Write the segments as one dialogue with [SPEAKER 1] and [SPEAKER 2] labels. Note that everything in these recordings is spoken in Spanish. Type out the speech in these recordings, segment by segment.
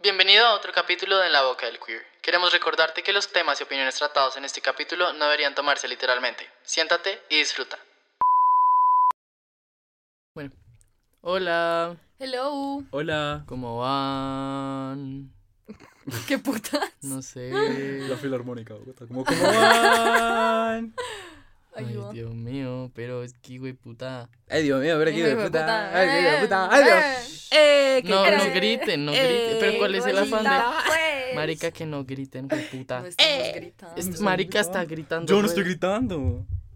[SPEAKER 1] Bienvenido a otro capítulo de En la Boca del Queer. Queremos recordarte que los temas y opiniones tratados en este capítulo no deberían tomarse literalmente. Siéntate y disfruta. Bueno, hola,
[SPEAKER 2] Hello.
[SPEAKER 3] Hola,
[SPEAKER 1] ¿cómo van?
[SPEAKER 2] ¿Qué puta?
[SPEAKER 1] No sé.
[SPEAKER 2] Ah,
[SPEAKER 3] la filarmónica, Bogotá. ¿Cómo, cómo van?
[SPEAKER 1] Ay,
[SPEAKER 2] Ayuda.
[SPEAKER 1] Dios mío, pero es que, güey, puta.
[SPEAKER 3] Ay, Dios mío,
[SPEAKER 2] aquí, Ay, hijo de puta. puta. Ay, hijo de puta. Ay,
[SPEAKER 3] Ay,
[SPEAKER 2] Dios.
[SPEAKER 3] Dios.
[SPEAKER 1] No, no griten, no griten. Pero ¿cuál es el afán de.
[SPEAKER 2] Pues.
[SPEAKER 1] Marica, que no griten, güey, puta.
[SPEAKER 2] No estamos gritando.
[SPEAKER 1] Eh, Es- Marica está gritando.
[SPEAKER 3] Yo no
[SPEAKER 1] re-
[SPEAKER 3] estoy gritando.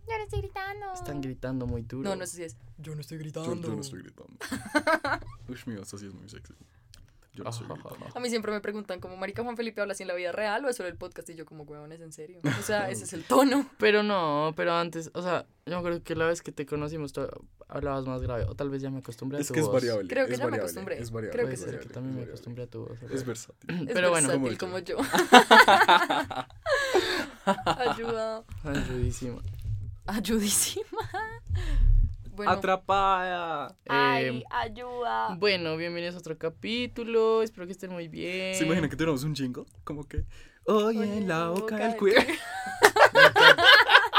[SPEAKER 2] Yo no estoy gritando.
[SPEAKER 1] Están gritando muy duro.
[SPEAKER 2] No, no sé si es. Yo no estoy
[SPEAKER 3] Yo,
[SPEAKER 2] gritando.
[SPEAKER 3] yo no estoy gritando. Uy, mío, eso sí es muy sexy. Yo
[SPEAKER 1] Ah,
[SPEAKER 3] no estoy gritando.
[SPEAKER 2] A mí siempre me preguntan como Marica Juan Felipe habla así en la vida real o es solo el podcast y yo como huevón es en serio. O sea, ese es el tono.
[SPEAKER 1] Pero no, pero antes, o sea, yo creo que la vez que te conocimos tú hablabas más grave, o tal vez ya me acostumbré a
[SPEAKER 3] Es
[SPEAKER 1] tu
[SPEAKER 3] que es
[SPEAKER 1] voz.
[SPEAKER 3] variable.
[SPEAKER 2] Creo que
[SPEAKER 3] es
[SPEAKER 2] ya me
[SPEAKER 3] variable,
[SPEAKER 2] acostumbré.
[SPEAKER 3] Es variable.
[SPEAKER 2] Creo
[SPEAKER 1] Puede
[SPEAKER 2] que
[SPEAKER 3] es
[SPEAKER 2] sí.
[SPEAKER 1] ser
[SPEAKER 3] variable,
[SPEAKER 1] que también me
[SPEAKER 3] es variable.
[SPEAKER 1] acostumbré a tu voz.
[SPEAKER 3] Es versátil.
[SPEAKER 2] Es
[SPEAKER 1] Pero bueno.
[SPEAKER 2] versátil
[SPEAKER 3] Como
[SPEAKER 2] como
[SPEAKER 3] yo.
[SPEAKER 2] yo. Ayuda.
[SPEAKER 1] Ayudísimo.
[SPEAKER 2] Ayudísima. Bueno.
[SPEAKER 3] Atrapada.
[SPEAKER 1] Ay,
[SPEAKER 2] ayuda.
[SPEAKER 1] Em, Bueno, bienvenidos a otro capítulo. Espero que estén muy bien.
[SPEAKER 3] ¿Se imaginan que tuviéramos un jingle? Como que. Oye,
[SPEAKER 2] Oye,
[SPEAKER 3] en la boca del queer.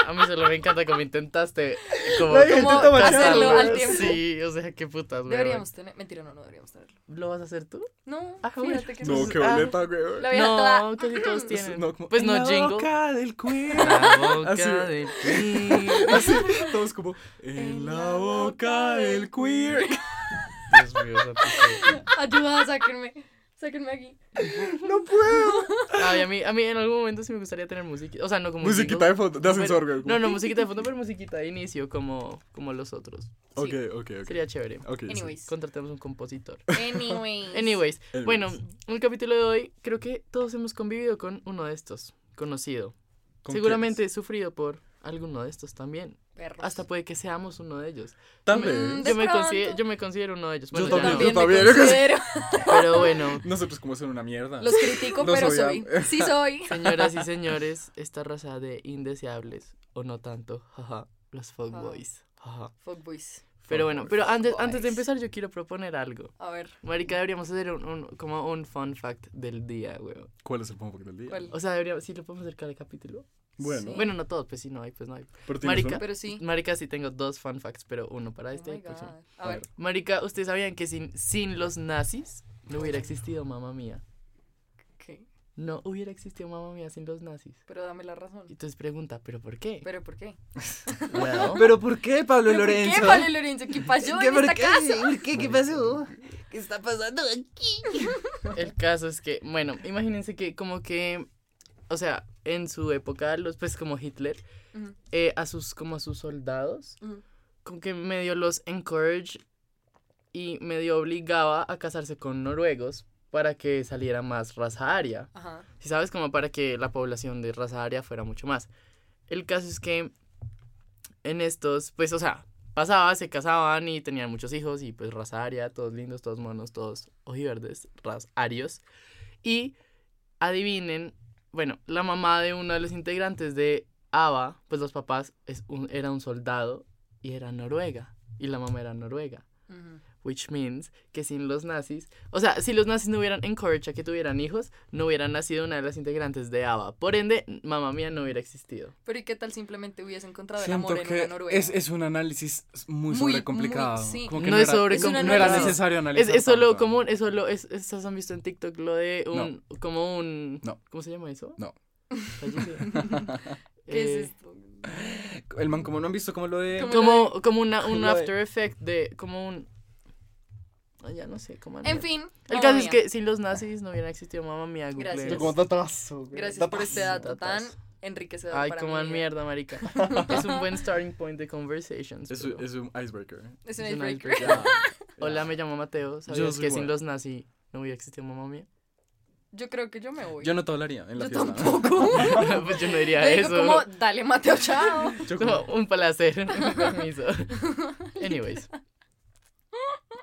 [SPEAKER 1] A mí solo me encanta como intentaste como
[SPEAKER 3] Nadie
[SPEAKER 2] Como
[SPEAKER 3] intenta machear,
[SPEAKER 2] hacerlo
[SPEAKER 3] güey.
[SPEAKER 2] al tiempo.
[SPEAKER 1] Sí, o sea, qué putas, güey.
[SPEAKER 2] Deberíamos tener. Mentira, no, no deberíamos tenerlo.
[SPEAKER 1] ¿Lo vas a hacer tú?
[SPEAKER 2] No,
[SPEAKER 1] Ah, bueno.
[SPEAKER 2] fíjate que
[SPEAKER 3] No,
[SPEAKER 2] no.
[SPEAKER 3] qué
[SPEAKER 1] Ah.
[SPEAKER 3] boleta, güey.
[SPEAKER 2] La vida toda.
[SPEAKER 1] No, casi todos tienen.
[SPEAKER 3] como,
[SPEAKER 1] pues no
[SPEAKER 3] "En La
[SPEAKER 1] jingle.
[SPEAKER 3] boca del queer.
[SPEAKER 1] La boca
[SPEAKER 3] Así.
[SPEAKER 1] del queer.
[SPEAKER 3] Así, todos como, en la boca del queer.
[SPEAKER 1] Dios mío, esa puta.
[SPEAKER 2] Ayuda, sáquenme. Sáquenme aquí.
[SPEAKER 3] No puedo.
[SPEAKER 1] Ay, a mí, a mí en algún momento sí me gustaría tener musiquita. O sea, no como. un jingle,
[SPEAKER 3] Musiquita de fondo, de ascensor, güey.
[SPEAKER 1] No, no, musiquita de fondo, pero musiquita de inicio, como, como los otros.
[SPEAKER 3] Ok,
[SPEAKER 2] Sí.
[SPEAKER 3] ok, ok.
[SPEAKER 1] Sería chévere.
[SPEAKER 3] Ok, sí.
[SPEAKER 2] Anyways.
[SPEAKER 1] Contratemos un compositor.
[SPEAKER 2] Anyways.
[SPEAKER 1] Anyways,
[SPEAKER 3] Anyways.
[SPEAKER 1] bueno, en el capítulo de hoy creo que todos hemos convivido con uno de estos, conocido.
[SPEAKER 3] ¿Con
[SPEAKER 1] Seguramente he sufrido por alguno de estos también.
[SPEAKER 2] Perros.
[SPEAKER 1] Hasta puede que seamos uno de ellos.
[SPEAKER 3] quiénes? Tal vez.
[SPEAKER 2] Mm,
[SPEAKER 1] Yo me,
[SPEAKER 2] pronto.
[SPEAKER 1] considero, yo me considero uno de ellos.
[SPEAKER 3] Yo
[SPEAKER 1] Bueno,
[SPEAKER 2] Yo
[SPEAKER 1] ya
[SPEAKER 2] también, me
[SPEAKER 3] Yo también.
[SPEAKER 2] considero.
[SPEAKER 1] no. Pero bueno,
[SPEAKER 3] Nosotros como son una mierda.
[SPEAKER 2] Los critico,
[SPEAKER 3] No
[SPEAKER 2] pero
[SPEAKER 3] soy
[SPEAKER 2] soy. Sí soy.
[SPEAKER 1] señoras y señores, esta raza de indeseables, o no tanto, jaja, los fuckboys. Jaja.
[SPEAKER 2] Fuckboys.
[SPEAKER 1] Pero bueno, pero antes, antes de
[SPEAKER 2] Fuckboys.
[SPEAKER 1] empezar yo quiero proponer algo.
[SPEAKER 2] A ver,
[SPEAKER 1] Marica, deberíamos hacer un, un- como un fun fact del día, weón.
[SPEAKER 3] ¿Cuál es el pompo del día?
[SPEAKER 2] ¿cuál?
[SPEAKER 1] O sea, deberíamos, sí lo podemos hacer cada capítulo.
[SPEAKER 3] Bueno,
[SPEAKER 2] Sí.
[SPEAKER 1] Bueno, no todos, pues sí, no hay, pues no hay.
[SPEAKER 3] pero tienes
[SPEAKER 1] Marica.
[SPEAKER 3] uno.
[SPEAKER 2] Pero sí.
[SPEAKER 1] Marica, sí tengo dos fun facts, pero uno para
[SPEAKER 2] Oh
[SPEAKER 1] este
[SPEAKER 2] my
[SPEAKER 1] y próximo.
[SPEAKER 2] God. A ver.
[SPEAKER 1] Marica, ¿ustedes sabían que sin, sin los nazis no hubiera existido mamá mía?
[SPEAKER 2] ¿Qué?
[SPEAKER 1] No hubiera existido mamá mía sin los nazis.
[SPEAKER 2] Pero dame la razón.
[SPEAKER 1] Y entonces pregunta, ¿pero por qué?
[SPEAKER 2] ¿Pero por qué?
[SPEAKER 1] Well,
[SPEAKER 3] ¿Pero por qué, Pablo
[SPEAKER 2] ¿Pero por ¿Qué, Pablo Lorenzo? ¿Qué pasó en esta casa?
[SPEAKER 3] qué? ¿Qué pasó?
[SPEAKER 2] ¿Qué está pasando aquí?
[SPEAKER 1] el caso es que, bueno, imagínense que como que, o sea, en su época, los, pues como Hitler,
[SPEAKER 2] Ujú,
[SPEAKER 1] eh, a sus, como a sus soldados,
[SPEAKER 2] ujú.
[SPEAKER 1] como que medio los encourage y medio obligaba a casarse con noruegos para que saliera más raza aria.
[SPEAKER 2] Ajá.
[SPEAKER 1] Si sabes, como para que la población de raza aria fuera mucho más. El caso es que en estos, pues, o sea, pasaba, se casaban y tenían muchos hijos y pues raza aria, todos lindos, todos monos, todos ojiverdes, ras arios. Y adivinen, bueno, la mamá de uno de los integrantes de ABBA, pues los papás es un- era un soldado y era noruega. Y la mamá era noruega.
[SPEAKER 2] ujú.
[SPEAKER 1] Which means que sin los nazis, o sea, si los nazis no hubieran encouraged a que tuvieran hijos, no hubiera nacido una de las integrantes de ABBA. Por ende, mamá mía no hubiera existido.
[SPEAKER 2] Pero ¿y qué tal simplemente hubiese encontrado el
[SPEAKER 3] Siento
[SPEAKER 2] amor en una
[SPEAKER 3] que
[SPEAKER 2] Noruega?
[SPEAKER 3] es, es un análisis muy,
[SPEAKER 2] Muy,
[SPEAKER 3] sobrecomplicado.
[SPEAKER 2] muy, sí.
[SPEAKER 3] Como que
[SPEAKER 1] No
[SPEAKER 3] no,
[SPEAKER 1] es
[SPEAKER 3] era,
[SPEAKER 1] sobrecom-
[SPEAKER 3] no era
[SPEAKER 1] no, no.
[SPEAKER 3] necesario
[SPEAKER 1] Es,
[SPEAKER 3] analizar.
[SPEAKER 1] es solo
[SPEAKER 3] tanto.
[SPEAKER 1] común, es solo, es, ¿ustedes han visto en TikTok lo de un, como un,
[SPEAKER 3] No.
[SPEAKER 1] ¿cómo se llama eso?
[SPEAKER 3] No.
[SPEAKER 1] Cállese.
[SPEAKER 2] ¿Qué
[SPEAKER 1] Eh,
[SPEAKER 2] es esto?
[SPEAKER 3] El man, como no han visto como lo de.
[SPEAKER 2] Como-
[SPEAKER 1] Como, como una, un
[SPEAKER 3] Lo de-
[SPEAKER 1] after effect de, como un, Ay, ya no sé, como
[SPEAKER 2] En fin.
[SPEAKER 1] El
[SPEAKER 2] mamma
[SPEAKER 1] caso es
[SPEAKER 2] mía.
[SPEAKER 1] que sin los nazis no hubiera existido mamá mía,
[SPEAKER 2] Gracias.
[SPEAKER 1] googleen.
[SPEAKER 2] Yo
[SPEAKER 3] como datazo. güey,
[SPEAKER 2] Gracias por este dato tan
[SPEAKER 1] Datas.
[SPEAKER 2] enriquecedor
[SPEAKER 1] Ay,
[SPEAKER 2] para
[SPEAKER 1] coman
[SPEAKER 2] mí. eh.
[SPEAKER 1] mierda, marica. es un buen starting point de conversations.
[SPEAKER 3] Es,
[SPEAKER 1] pero-
[SPEAKER 3] un- es un icebreaker. ¿eh?
[SPEAKER 2] Es un
[SPEAKER 1] es un
[SPEAKER 2] icebreaker.
[SPEAKER 1] icebreaker. Hola, me llamo Mateo. ¿Sabías
[SPEAKER 3] soy
[SPEAKER 1] que sin
[SPEAKER 3] Juan.
[SPEAKER 1] los nazis no hubiera existido mamá mía?
[SPEAKER 2] Yo creo que yo me voy.
[SPEAKER 3] Yo no te hablaría en la
[SPEAKER 2] Yo
[SPEAKER 3] fiesta.
[SPEAKER 2] tampoco.
[SPEAKER 1] pues yo no diría
[SPEAKER 2] Le digo
[SPEAKER 1] eso.
[SPEAKER 2] como, dale Mateo, chao.
[SPEAKER 3] Yo como-
[SPEAKER 1] Como, un placer. un permiso. Anyways.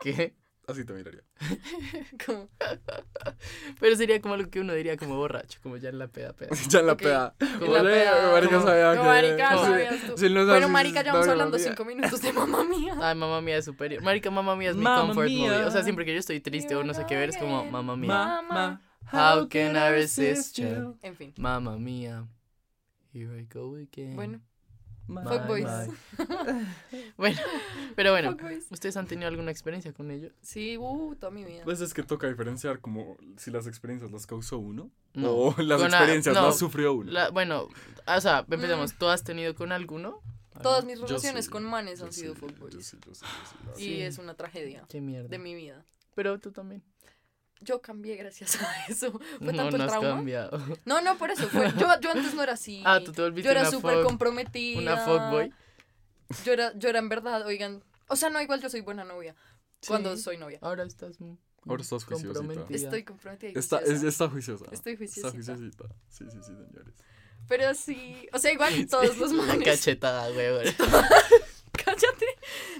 [SPEAKER 1] ¿Qué?
[SPEAKER 3] Así te miraría.
[SPEAKER 2] Como,
[SPEAKER 1] Pero sería como lo que uno diría como borracho, como ya en la peda, peda.
[SPEAKER 3] ya en la
[SPEAKER 2] Ok.
[SPEAKER 3] peda.
[SPEAKER 1] En
[SPEAKER 3] Ole,
[SPEAKER 2] la peda,
[SPEAKER 3] marica
[SPEAKER 1] como-
[SPEAKER 3] sabía
[SPEAKER 2] no,
[SPEAKER 3] que-
[SPEAKER 2] marica,
[SPEAKER 3] sí,
[SPEAKER 2] sabías tú.
[SPEAKER 3] sí, no sabes
[SPEAKER 2] bueno,
[SPEAKER 3] si
[SPEAKER 2] marica,
[SPEAKER 3] está
[SPEAKER 2] llevamos
[SPEAKER 3] bien,
[SPEAKER 2] hablando
[SPEAKER 3] marica.
[SPEAKER 2] cinco minutos de mamá mía.
[SPEAKER 1] Ay, mamá mía es superior. Marica, mamá mía es mi
[SPEAKER 3] Mamma
[SPEAKER 1] comfort movie.
[SPEAKER 3] mía.
[SPEAKER 1] O sea, siempre que yo estoy triste o no sé qué ver, es como mamá mía.
[SPEAKER 2] Ma- Mamá,
[SPEAKER 1] how can I resist you?
[SPEAKER 2] En fin.
[SPEAKER 1] Mamá mía. Here I go again.
[SPEAKER 2] Bueno,
[SPEAKER 3] My,
[SPEAKER 2] Fuckboys.
[SPEAKER 3] my.
[SPEAKER 1] Bueno, pero bueno.
[SPEAKER 2] fuckboys.
[SPEAKER 1] ¿Ustedes han tenido alguna experiencia con ellos?
[SPEAKER 2] Sí, uh, toda mi vida.
[SPEAKER 3] Pues es que toca diferenciar como si las experiencias las causó uno
[SPEAKER 1] No.
[SPEAKER 3] o las
[SPEAKER 1] Con a-
[SPEAKER 3] experiencias
[SPEAKER 1] no.
[SPEAKER 3] las sufrió uno.
[SPEAKER 1] La- bueno, o sea,
[SPEAKER 2] Mm.
[SPEAKER 1] empecemos. ¿Tú has tenido con alguno?
[SPEAKER 2] Todas mis
[SPEAKER 3] ah, Yo
[SPEAKER 2] relaciones
[SPEAKER 3] sí,
[SPEAKER 2] con manes
[SPEAKER 3] Yo
[SPEAKER 2] han sido
[SPEAKER 3] sí,
[SPEAKER 2] fuckboys.
[SPEAKER 3] yo sí, yo sí, yo sí,
[SPEAKER 2] Y
[SPEAKER 3] yo sí.
[SPEAKER 1] Sí.
[SPEAKER 2] es una tragedia
[SPEAKER 1] Qué mierda.
[SPEAKER 2] de mi vida.
[SPEAKER 1] Pero tú también.
[SPEAKER 2] Yo cambié gracias a eso. Fue
[SPEAKER 1] No, no
[SPEAKER 2] tanto el
[SPEAKER 1] has
[SPEAKER 2] trauma.
[SPEAKER 1] cambiado.
[SPEAKER 2] No, no, por eso fue. Yo, yo antes no era así.
[SPEAKER 1] Ah, tú te volviste
[SPEAKER 2] Yo era
[SPEAKER 1] una
[SPEAKER 2] súper
[SPEAKER 1] fuck-
[SPEAKER 2] comprometida.
[SPEAKER 1] Una fuckboy.
[SPEAKER 2] Yo era, yo era en verdad, oigan. O sea, no, igual yo soy buena novia. Cuando
[SPEAKER 1] Sí.
[SPEAKER 2] soy novia.
[SPEAKER 1] Ahora estás muy
[SPEAKER 3] Ahora estás juiciosita.
[SPEAKER 1] comprometida.
[SPEAKER 2] Estoy comprometida. y
[SPEAKER 3] Está, es-
[SPEAKER 2] juiciosa.
[SPEAKER 3] está juiciosa.
[SPEAKER 2] Estoy
[SPEAKER 3] Está
[SPEAKER 2] juiciosita.
[SPEAKER 3] juiciosita. Sí, sí, sí, señores.
[SPEAKER 2] Pero sí. O sea, igual todos los
[SPEAKER 1] Una
[SPEAKER 2] manes.
[SPEAKER 1] cachetada, güey.
[SPEAKER 2] Cállate.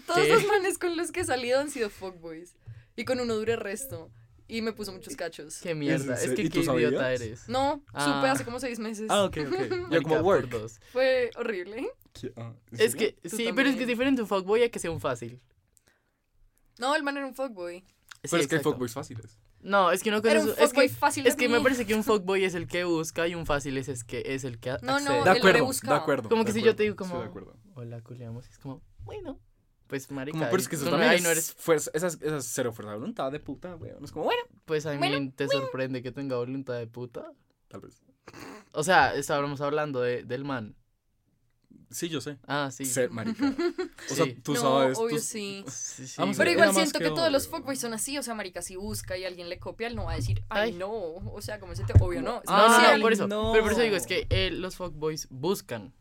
[SPEAKER 2] Todos
[SPEAKER 1] ¿Qué?
[SPEAKER 2] los manes con los que he salido han sido fuckboys. Y con uno duré resto. Y me puso muchos cachos.
[SPEAKER 1] Qué mierda. Es
[SPEAKER 3] serio?
[SPEAKER 1] que
[SPEAKER 3] ¿Y
[SPEAKER 1] qué
[SPEAKER 3] tú
[SPEAKER 1] idiota
[SPEAKER 3] sabías?
[SPEAKER 1] eres.
[SPEAKER 2] No, supe
[SPEAKER 1] Ah.
[SPEAKER 2] hace como seis meses.
[SPEAKER 3] Ah, ok, ok. Ya
[SPEAKER 1] Marica,
[SPEAKER 3] como
[SPEAKER 1] por
[SPEAKER 3] work.
[SPEAKER 1] dos.
[SPEAKER 2] Fue horrible.
[SPEAKER 3] ¿Qué? Ah, ¿en
[SPEAKER 1] Es
[SPEAKER 3] serio?
[SPEAKER 1] que,
[SPEAKER 2] Tú
[SPEAKER 1] sí, pero es que
[SPEAKER 2] también.
[SPEAKER 1] es diferente un fuckboy a que sea un fácil.
[SPEAKER 2] No, el man era un fuckboy.
[SPEAKER 1] Sí,
[SPEAKER 3] Pero es que hay
[SPEAKER 1] exacto.
[SPEAKER 3] fuckboys fáciles.
[SPEAKER 1] No, es que una cosa
[SPEAKER 2] Era
[SPEAKER 1] es-
[SPEAKER 2] un
[SPEAKER 1] es
[SPEAKER 2] fuckboy
[SPEAKER 1] que-
[SPEAKER 2] fácil.
[SPEAKER 1] Es que me
[SPEAKER 2] mí.
[SPEAKER 1] parece que un fuckboy es el que busca y un fácil es, es que es el que a-
[SPEAKER 2] No, no,
[SPEAKER 1] accede.
[SPEAKER 3] De
[SPEAKER 2] el
[SPEAKER 3] acuerdo, de
[SPEAKER 2] rebuscado.
[SPEAKER 3] acuerdo.
[SPEAKER 1] Como
[SPEAKER 3] de
[SPEAKER 1] que si yo
[SPEAKER 3] acuerdo,
[SPEAKER 1] te digo
[SPEAKER 3] sí,
[SPEAKER 1] como-
[SPEAKER 3] de acuerdo.
[SPEAKER 1] Hola, culiamos. Es como, bueno, pues marica.
[SPEAKER 3] Como, pero es
[SPEAKER 1] ahí-
[SPEAKER 3] que eso
[SPEAKER 1] no,
[SPEAKER 3] también
[SPEAKER 1] ahí
[SPEAKER 3] es
[SPEAKER 1] no eres,
[SPEAKER 3] fuerza, esa, es- esa es cero fuerza de voluntad de puta, weón. Es como, bueno,
[SPEAKER 1] pues a mí
[SPEAKER 2] Bueno,
[SPEAKER 1] te sorprende que tenga voluntad de puta.
[SPEAKER 3] tal vez.
[SPEAKER 1] O sea, estábamos hablando de, del man.
[SPEAKER 3] Sí, yo sé.
[SPEAKER 1] Ah, sí.
[SPEAKER 3] Ser marica. O sea,
[SPEAKER 1] Sí.
[SPEAKER 3] tú
[SPEAKER 2] no,
[SPEAKER 3] sabes. tú-
[SPEAKER 2] obvio sí.
[SPEAKER 1] Sí, sí,
[SPEAKER 3] Vamos a
[SPEAKER 1] güey.
[SPEAKER 2] Pero
[SPEAKER 3] era
[SPEAKER 2] igual
[SPEAKER 3] más
[SPEAKER 2] siento
[SPEAKER 3] que
[SPEAKER 2] que, todos los
[SPEAKER 3] obvio.
[SPEAKER 2] fuckboys son así, o sea, marica, si busca y alguien le copia, él no va a decir,
[SPEAKER 1] Ay.
[SPEAKER 2] ay, no, o sea, como se te, obvio no. Es
[SPEAKER 1] Ah, no,
[SPEAKER 2] parcial.
[SPEAKER 1] no, por eso.
[SPEAKER 3] no.
[SPEAKER 1] Pero por eso digo, es que eh, los fuckboys buscan.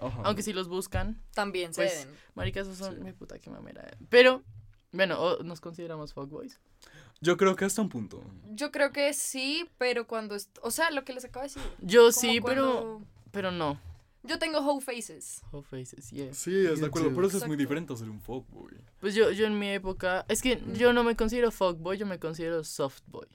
[SPEAKER 3] Ajá.
[SPEAKER 1] Aunque si los buscan,
[SPEAKER 2] También
[SPEAKER 1] Pues,
[SPEAKER 2] ceden.
[SPEAKER 1] marica, esos son,
[SPEAKER 3] Sí.
[SPEAKER 1] mi puta, qué mamera. Pero, bueno, o- nos consideramos fuckboys.
[SPEAKER 3] Yo creo que hasta un punto.
[SPEAKER 2] Yo creo que sí, pero cuando, es- o sea, lo que les acabo de decir.
[SPEAKER 1] Yo
[SPEAKER 2] como
[SPEAKER 1] Pues sí, pero,
[SPEAKER 2] cuando-
[SPEAKER 1] pero no.
[SPEAKER 2] Yo tengo whole faces.
[SPEAKER 1] Whole faces, yeah.
[SPEAKER 3] Sí, es de acuerdo. Pero eso es muy
[SPEAKER 2] Exacto.
[SPEAKER 3] diferente a ser un fuckboy.
[SPEAKER 1] Pues yo, yo en mi época, es que
[SPEAKER 2] Mm.
[SPEAKER 1] yo no me considero fuckboy, yo me considero softboy.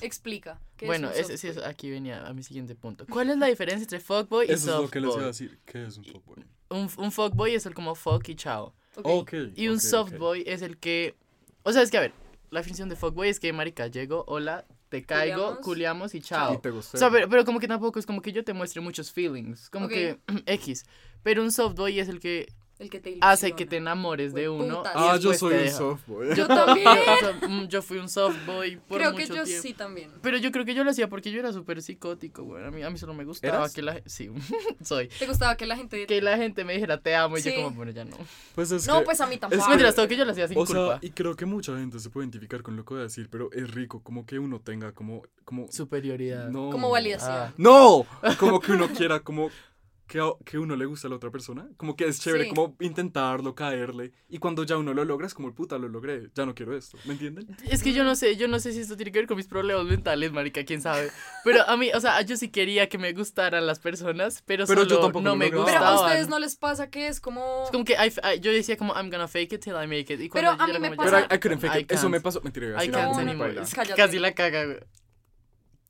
[SPEAKER 2] Explica. ¿qué
[SPEAKER 1] Bueno,
[SPEAKER 2] un
[SPEAKER 1] ese, sí,
[SPEAKER 2] softboy?
[SPEAKER 1] es- aquí venía a mi siguiente punto. ¿Cuál es la diferencia entre fuckboy y
[SPEAKER 3] Eso es lo que les iba
[SPEAKER 1] softboy?
[SPEAKER 3] a decir. ¿Qué es un fuckboy?
[SPEAKER 1] Un, un fuckboy es el como fuck y chao.
[SPEAKER 2] Ok.
[SPEAKER 3] Ok.
[SPEAKER 1] Y un
[SPEAKER 3] ok, ok.
[SPEAKER 1] softboy es el que, o sea, es que a ver, la definición de fuckboy es que marica, llego, hola, te caigo,
[SPEAKER 2] Culeamos.
[SPEAKER 1] culiamos y
[SPEAKER 3] Y
[SPEAKER 1] chao.
[SPEAKER 3] te gusté.
[SPEAKER 1] O sea, pero, pero como que tampoco es como que yo te muestre muchos feelings, como
[SPEAKER 2] Ok.
[SPEAKER 1] que X. Pero un softboy es el que
[SPEAKER 2] El que te
[SPEAKER 1] hace que te
[SPEAKER 2] ilusiona.
[SPEAKER 1] enamores de
[SPEAKER 2] Güey,
[SPEAKER 1] uno.
[SPEAKER 2] putas.
[SPEAKER 1] y
[SPEAKER 3] Ah, yo
[SPEAKER 1] después
[SPEAKER 3] soy
[SPEAKER 1] te
[SPEAKER 3] un
[SPEAKER 1] deja.
[SPEAKER 3] softboy.
[SPEAKER 2] Yo
[SPEAKER 1] Yo,
[SPEAKER 2] también.
[SPEAKER 1] o sea, mm, yo fui un softboy por
[SPEAKER 2] Creo que
[SPEAKER 1] mucho
[SPEAKER 2] yo
[SPEAKER 1] tiempo.
[SPEAKER 2] sí también.
[SPEAKER 1] Pero yo creo que yo lo hacía porque yo era súper psicótico, güey. A mí, a mí solo me gustaba
[SPEAKER 3] ¿Eras?
[SPEAKER 1] que la gente... Sí, soy.
[SPEAKER 2] ¿Te gustaba que la gente...
[SPEAKER 1] Que la gente me dijera te amo y
[SPEAKER 2] Sí.
[SPEAKER 1] yo como, bueno, ya no.
[SPEAKER 3] Pues es
[SPEAKER 2] No,
[SPEAKER 3] que-
[SPEAKER 2] pues a mí tampoco.
[SPEAKER 1] Es mientras todo que yo lo hacía sin
[SPEAKER 3] O sea,
[SPEAKER 1] culpa.
[SPEAKER 3] y creo que mucha gente se puede identificar con lo que voy a decir, pero es rico como que uno tenga como... como
[SPEAKER 1] Superioridad.
[SPEAKER 3] no.
[SPEAKER 2] Como validación.
[SPEAKER 1] Ah.
[SPEAKER 3] ¡No! Como que uno quiera, como que, a- que uno le gusta a la otra persona. Como que es chévere,
[SPEAKER 2] Sí.
[SPEAKER 3] como intentarlo, caerle. Y cuando ya uno lo logra, es como, puta, lo logré, ya no quiero esto. ¿Me entienden?
[SPEAKER 1] Es que yo no sé, yo no sé si esto tiene que ver con mis problemas mentales, marica, quién sabe. Pero a mí, o sea, yo sí quería que me gustaran las personas, pero,
[SPEAKER 3] Pero yo
[SPEAKER 1] solo
[SPEAKER 3] tampoco
[SPEAKER 1] no
[SPEAKER 3] lo
[SPEAKER 1] me
[SPEAKER 3] lograba.
[SPEAKER 1] gustaban.
[SPEAKER 2] Pero a ustedes no les pasa que es como...
[SPEAKER 1] Es como que I- I- yo decía como I'm gonna fake it till I make it. Y
[SPEAKER 2] Pero
[SPEAKER 1] cuando
[SPEAKER 2] a
[SPEAKER 1] yo
[SPEAKER 2] mí me
[SPEAKER 1] era como,
[SPEAKER 3] Pero
[SPEAKER 1] ya,
[SPEAKER 3] I, I couldn't fake
[SPEAKER 1] Pues I
[SPEAKER 3] it. Eso me
[SPEAKER 1] can't.
[SPEAKER 3] pasó. Mentira, iba a
[SPEAKER 1] I
[SPEAKER 3] decir
[SPEAKER 1] can't
[SPEAKER 3] algo
[SPEAKER 2] No,
[SPEAKER 3] muy
[SPEAKER 1] anymore.
[SPEAKER 3] paila.
[SPEAKER 1] Es que
[SPEAKER 2] Cállate.
[SPEAKER 1] Casi la caga, güey.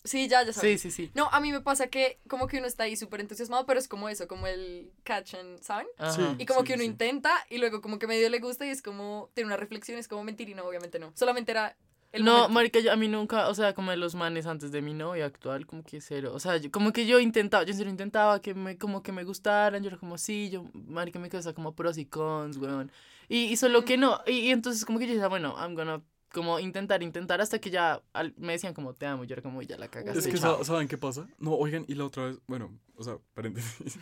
[SPEAKER 2] Sí, ya, ya sabes.
[SPEAKER 1] Sí, sí, sí.
[SPEAKER 2] No, a mí me pasa que como que uno está ahí súper entusiasmado, pero es como eso, como el catch and, ¿saben?
[SPEAKER 1] Ajá.
[SPEAKER 2] Y como
[SPEAKER 3] Sí,
[SPEAKER 2] que uno
[SPEAKER 3] sí.
[SPEAKER 2] intenta y luego como que medio le gusta y es como, tiene una reflexión, es como mentir y no, obviamente no. Solamente era el
[SPEAKER 1] no,
[SPEAKER 2] momento.
[SPEAKER 1] marica, yo- a mí nunca, o sea, como de los manes antes de mi novia actual, como que cero, o sea, yo- como que yo intentaba, yo en serio intentaba que me, como que me gustaran, yo era como, sí, yo, marica, me causa como pros y cons, weón, y, y solo que no, y, y entonces como que yo decía, bueno, I'm gonna, como intentar, intentar, hasta que ya al- me decían como, te amo, yo era como, "Uy, ya la cagaste,
[SPEAKER 2] Este,
[SPEAKER 3] Es que,
[SPEAKER 1] chao".
[SPEAKER 3] sa- ¿saben qué pasa? No, oigan, y la otra vez, bueno, o sea, paréntesis.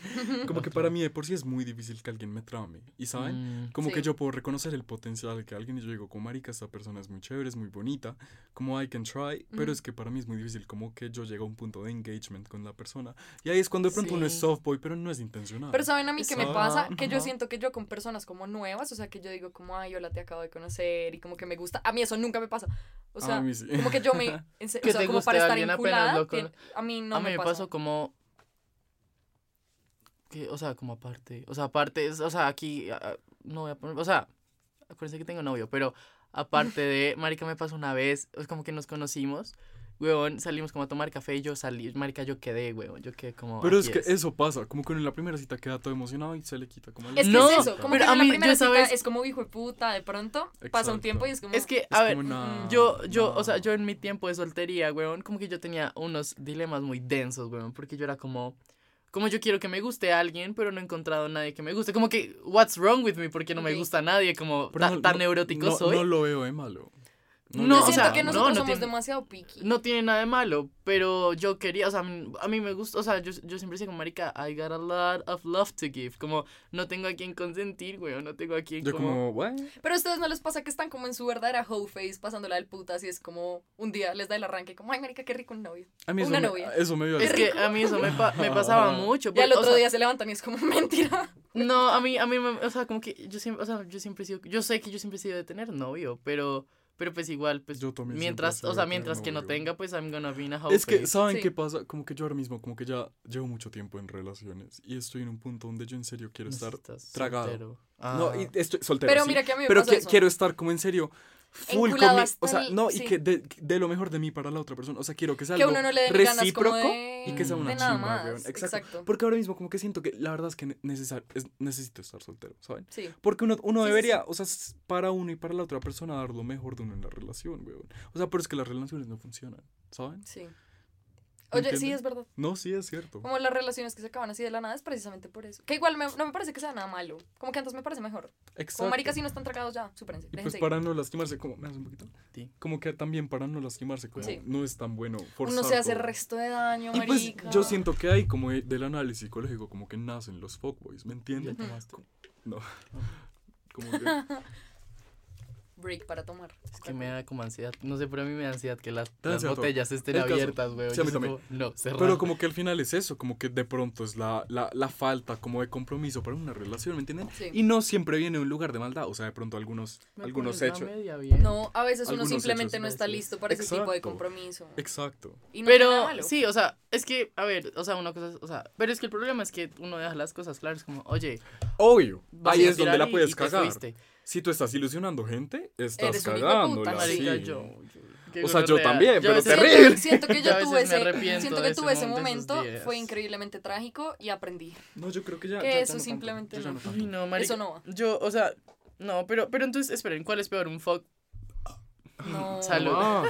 [SPEAKER 3] Como que para mí de por sí es muy difícil que alguien me trame. ¿Y saben?
[SPEAKER 1] Mm,
[SPEAKER 3] Como
[SPEAKER 2] Sí.
[SPEAKER 3] que yo puedo reconocer el potencial que alguien y yo digo, como marica, esta persona es muy chévere, es muy bonita, como I can try, pero
[SPEAKER 2] Ujú.
[SPEAKER 3] es que para mí es muy difícil como que yo llego a un punto de engagement con la persona. Y ahí es cuando de pronto uno es
[SPEAKER 1] Sí.
[SPEAKER 3] softboy, pero no es intencional.
[SPEAKER 2] Pero saben a mí qué me
[SPEAKER 1] Ajá,
[SPEAKER 2] pasa, que yo
[SPEAKER 1] ajá.
[SPEAKER 2] siento que yo con personas como nuevas, o sea, que yo digo como, ay, hola, te acabo de conocer y como que me gusta. A mí eso nunca me pasa. O
[SPEAKER 3] a
[SPEAKER 2] sea,
[SPEAKER 3] mí sí.
[SPEAKER 2] como que yo me... en se-
[SPEAKER 1] Que
[SPEAKER 2] o sea,
[SPEAKER 1] te
[SPEAKER 2] como
[SPEAKER 1] guste
[SPEAKER 2] para estar
[SPEAKER 1] alguien apenas
[SPEAKER 2] vinculada,
[SPEAKER 1] lo
[SPEAKER 2] tiene- a mí no
[SPEAKER 1] a mí me,
[SPEAKER 2] pasa.
[SPEAKER 1] pasó como, que, o sea, como aparte, o sea, aparte, es- o sea, aquí, ah, ah, no voy a poner, o sea, acuérdense que tengo novio, pero Aparte de, marica, me pasó una vez, es como que nos conocimos, weón, salimos como a tomar café y yo salí, marica, yo quedé, weón, yo quedé como...
[SPEAKER 3] Pero es
[SPEAKER 1] "Aquí
[SPEAKER 3] que eso pasa, como que uno en la primera cita queda todo emocionado y se le quita como el...
[SPEAKER 2] Es que
[SPEAKER 1] No,
[SPEAKER 2] es eso, como
[SPEAKER 1] pero
[SPEAKER 2] que
[SPEAKER 1] a
[SPEAKER 2] en la
[SPEAKER 1] mí,
[SPEAKER 2] primera
[SPEAKER 1] yo esa
[SPEAKER 2] cita
[SPEAKER 1] vez-
[SPEAKER 2] es como hijo de puta, de pronto pasa
[SPEAKER 3] Exacto.
[SPEAKER 2] un tiempo y es como
[SPEAKER 1] Es que,
[SPEAKER 3] Es
[SPEAKER 1] a ver,
[SPEAKER 3] como, "No,
[SPEAKER 1] yo, yo, o
[SPEAKER 3] no".
[SPEAKER 1] sea, yo en mi tiempo de soltería, weón, como que yo tenía unos dilemas muy densos, weón, porque yo era como, como yo quiero que me guste a alguien, pero no he encontrado a nadie que me guste, como que, what's wrong with me, porque no me
[SPEAKER 2] Ok.
[SPEAKER 1] gusta a nadie, como,
[SPEAKER 3] Pero
[SPEAKER 1] ta-
[SPEAKER 3] no-
[SPEAKER 1] tan
[SPEAKER 3] no-
[SPEAKER 1] neurótico
[SPEAKER 3] no-
[SPEAKER 1] soy.
[SPEAKER 3] No
[SPEAKER 1] No,
[SPEAKER 3] lo veo de malo.
[SPEAKER 1] No,
[SPEAKER 2] yo
[SPEAKER 3] lo
[SPEAKER 1] o
[SPEAKER 3] veo
[SPEAKER 2] siento
[SPEAKER 1] sea,
[SPEAKER 3] de
[SPEAKER 2] que
[SPEAKER 3] malo.
[SPEAKER 2] nosotros
[SPEAKER 1] no
[SPEAKER 2] somos
[SPEAKER 1] tiene-
[SPEAKER 2] demasiado picky.
[SPEAKER 1] tiene nada de malo, pero yo quería, o sea, a mí, a mí me gusta, o sea, yo, yo siempre decía como, marica, I got a lot of love to give, como, no tengo a quien consentir, weón, no tengo a quien
[SPEAKER 3] Yo
[SPEAKER 1] como...
[SPEAKER 3] como, ¿what?
[SPEAKER 2] Pero a ustedes no les pasa que están como en su verdadera hoe face pasándola del putas y es como un día les da el arranque, como ay marica, qué rico un novio.
[SPEAKER 3] A mí eso
[SPEAKER 2] Una
[SPEAKER 3] me-
[SPEAKER 2] novia.
[SPEAKER 3] Eso me dio
[SPEAKER 1] Es
[SPEAKER 3] así.
[SPEAKER 1] que a mí eso me, pa- me
[SPEAKER 3] Ah.
[SPEAKER 1] pasaba mucho.
[SPEAKER 2] Y al
[SPEAKER 1] porque, o
[SPEAKER 2] otro
[SPEAKER 1] sea,
[SPEAKER 2] día se levantan y es como mentira.
[SPEAKER 1] No, a mí, a mí, me- o sea, como que yo siempre, o sea, yo siempre he sido, yo sé que yo siempre he sido de tener novio, pero, pero pues igual, pues,
[SPEAKER 3] Yo también
[SPEAKER 1] mientras,
[SPEAKER 3] siempre he sido
[SPEAKER 1] o sea,
[SPEAKER 3] de tener
[SPEAKER 1] mientras que no
[SPEAKER 3] novio.
[SPEAKER 1] tenga, pues, I'm gonna be in a house.
[SPEAKER 3] Es que, ¿saben
[SPEAKER 2] Sí.
[SPEAKER 3] qué pasa? Como que yo ahora mismo, como que ya llevo mucho tiempo en relaciones y estoy en un punto donde yo en serio quiero estar. tragado.
[SPEAKER 1] Ah,
[SPEAKER 3] No, y estoy soltero.
[SPEAKER 2] Pero
[SPEAKER 3] sí,
[SPEAKER 2] mira que a mí me
[SPEAKER 3] Pero
[SPEAKER 2] pasa
[SPEAKER 3] que-
[SPEAKER 2] eso.
[SPEAKER 3] quiero estar como en serio. Full
[SPEAKER 2] Enculado
[SPEAKER 3] conmigo.
[SPEAKER 2] hasta
[SPEAKER 3] O sea,
[SPEAKER 2] el-
[SPEAKER 3] no, y
[SPEAKER 2] sí.
[SPEAKER 3] que de, de lo mejor de mí para la otra persona. O sea, quiero que sea
[SPEAKER 2] Que
[SPEAKER 3] algo
[SPEAKER 2] uno no le dé ni ganas como
[SPEAKER 3] recíproco
[SPEAKER 2] de,
[SPEAKER 3] y que sea una
[SPEAKER 2] de nada
[SPEAKER 3] chimba,
[SPEAKER 2] más.
[SPEAKER 3] weón. Exacto.
[SPEAKER 2] Exacto.
[SPEAKER 3] Porque ahora mismo, como que siento que la verdad es que ne- necesar- es- necesito estar soltero, ¿saben?
[SPEAKER 2] Sí.
[SPEAKER 3] Porque uno, uno
[SPEAKER 2] Sí, sí,
[SPEAKER 3] debería, o sea, s- para uno y para la otra persona dar lo mejor de uno en la relación, weón. O sea, pero es que las relaciones no funcionan, ¿saben?
[SPEAKER 2] Sí. Oye, sí,
[SPEAKER 3] ¿Entienden?
[SPEAKER 2] es verdad.
[SPEAKER 3] No, sí, es cierto.
[SPEAKER 2] Como las relaciones que se acaban así de la nada es precisamente por eso. Que igual me- no me parece que sea nada malo. Como que antes me parece mejor.
[SPEAKER 3] Exacto.
[SPEAKER 2] Como maricas si no están tragados ya, súperense.
[SPEAKER 3] Y pues
[SPEAKER 2] déjense ir.
[SPEAKER 3] para no lastimarse, como, ¿me das un poquito?
[SPEAKER 1] Sí.
[SPEAKER 3] Como que también para no lastimarse, como
[SPEAKER 2] Sí.
[SPEAKER 3] no es tan bueno forzar
[SPEAKER 2] Uno se hace
[SPEAKER 3] todo.
[SPEAKER 2] resto de daño,
[SPEAKER 3] Y pues
[SPEAKER 2] marica.
[SPEAKER 3] yo siento que hay como de- del análisis psicológico, como que nacen los fuckboys, ¿me entienden? Como que,
[SPEAKER 2] Break para tomar.
[SPEAKER 1] Es que me da como ansiedad, no sé, pero a mí me da ansiedad que las,
[SPEAKER 3] Da
[SPEAKER 1] las
[SPEAKER 3] ansiedad todo.
[SPEAKER 1] botellas estén
[SPEAKER 3] El caso.
[SPEAKER 1] abiertas, weón.
[SPEAKER 3] Sí,
[SPEAKER 1] Yo
[SPEAKER 3] a mí
[SPEAKER 1] soy
[SPEAKER 3] también.
[SPEAKER 1] como, No, cerrar.
[SPEAKER 3] pero como que al final es eso, como que de pronto es la, la, la falta como de compromiso para una relación, ¿me entienden?
[SPEAKER 2] Sí.
[SPEAKER 3] Y no siempre viene de un lugar de maldad, o sea, de pronto algunos,
[SPEAKER 1] Me
[SPEAKER 3] algunos
[SPEAKER 1] pones la
[SPEAKER 3] hechos.
[SPEAKER 1] media bien.
[SPEAKER 2] No, a veces uno
[SPEAKER 3] Algunos
[SPEAKER 2] simplemente
[SPEAKER 3] hechos
[SPEAKER 2] no está
[SPEAKER 1] parecidos.
[SPEAKER 2] listo para ese tipo de
[SPEAKER 3] Exacto. Eh,
[SPEAKER 2] compromiso.
[SPEAKER 3] Exacto.
[SPEAKER 2] Y no tiene nada
[SPEAKER 1] Pero
[SPEAKER 2] malo.
[SPEAKER 1] sí, o sea, es que, a ver, o sea, una cosa, es- o sea, pero es que el problema es que uno deja las cosas claras, como, oye,
[SPEAKER 3] Obvio,
[SPEAKER 1] vas
[SPEAKER 3] ahí
[SPEAKER 1] a
[SPEAKER 3] es donde
[SPEAKER 1] tirar
[SPEAKER 3] la
[SPEAKER 1] y-
[SPEAKER 3] puedes
[SPEAKER 1] y te
[SPEAKER 3] cagar.
[SPEAKER 1] fuiste.
[SPEAKER 3] Si tú estás ilusionando gente, estás
[SPEAKER 2] Eres un hijo de puta,
[SPEAKER 3] cagándola.
[SPEAKER 1] Marica,
[SPEAKER 3] sí.
[SPEAKER 1] yo,
[SPEAKER 3] O sea, yo también, pero
[SPEAKER 2] Siento-
[SPEAKER 1] terrible
[SPEAKER 3] terrible.
[SPEAKER 2] Siento que
[SPEAKER 1] Yo a
[SPEAKER 2] yo
[SPEAKER 1] veces
[SPEAKER 2] tuve
[SPEAKER 1] me
[SPEAKER 2] ese,
[SPEAKER 1] arrepiento
[SPEAKER 2] siento
[SPEAKER 1] de
[SPEAKER 2] que
[SPEAKER 1] ese
[SPEAKER 2] tuve ese
[SPEAKER 1] momento, de esos
[SPEAKER 2] momento,
[SPEAKER 1] días.
[SPEAKER 2] fue increíblemente trágico y aprendí.
[SPEAKER 3] No, yo creo que ya.
[SPEAKER 2] Que
[SPEAKER 3] ya- ya
[SPEAKER 2] eso
[SPEAKER 3] no tanto,
[SPEAKER 2] simplemente
[SPEAKER 3] yo ya
[SPEAKER 2] no.
[SPEAKER 3] no tanto.
[SPEAKER 1] Uy, no, marica.
[SPEAKER 2] Eso no va.
[SPEAKER 1] Yo, o sea, no, pero, pero entonces, esperen, ¿cuál es peor? ¿Un fuck,
[SPEAKER 2] No.
[SPEAKER 1] Salud.
[SPEAKER 3] Ah,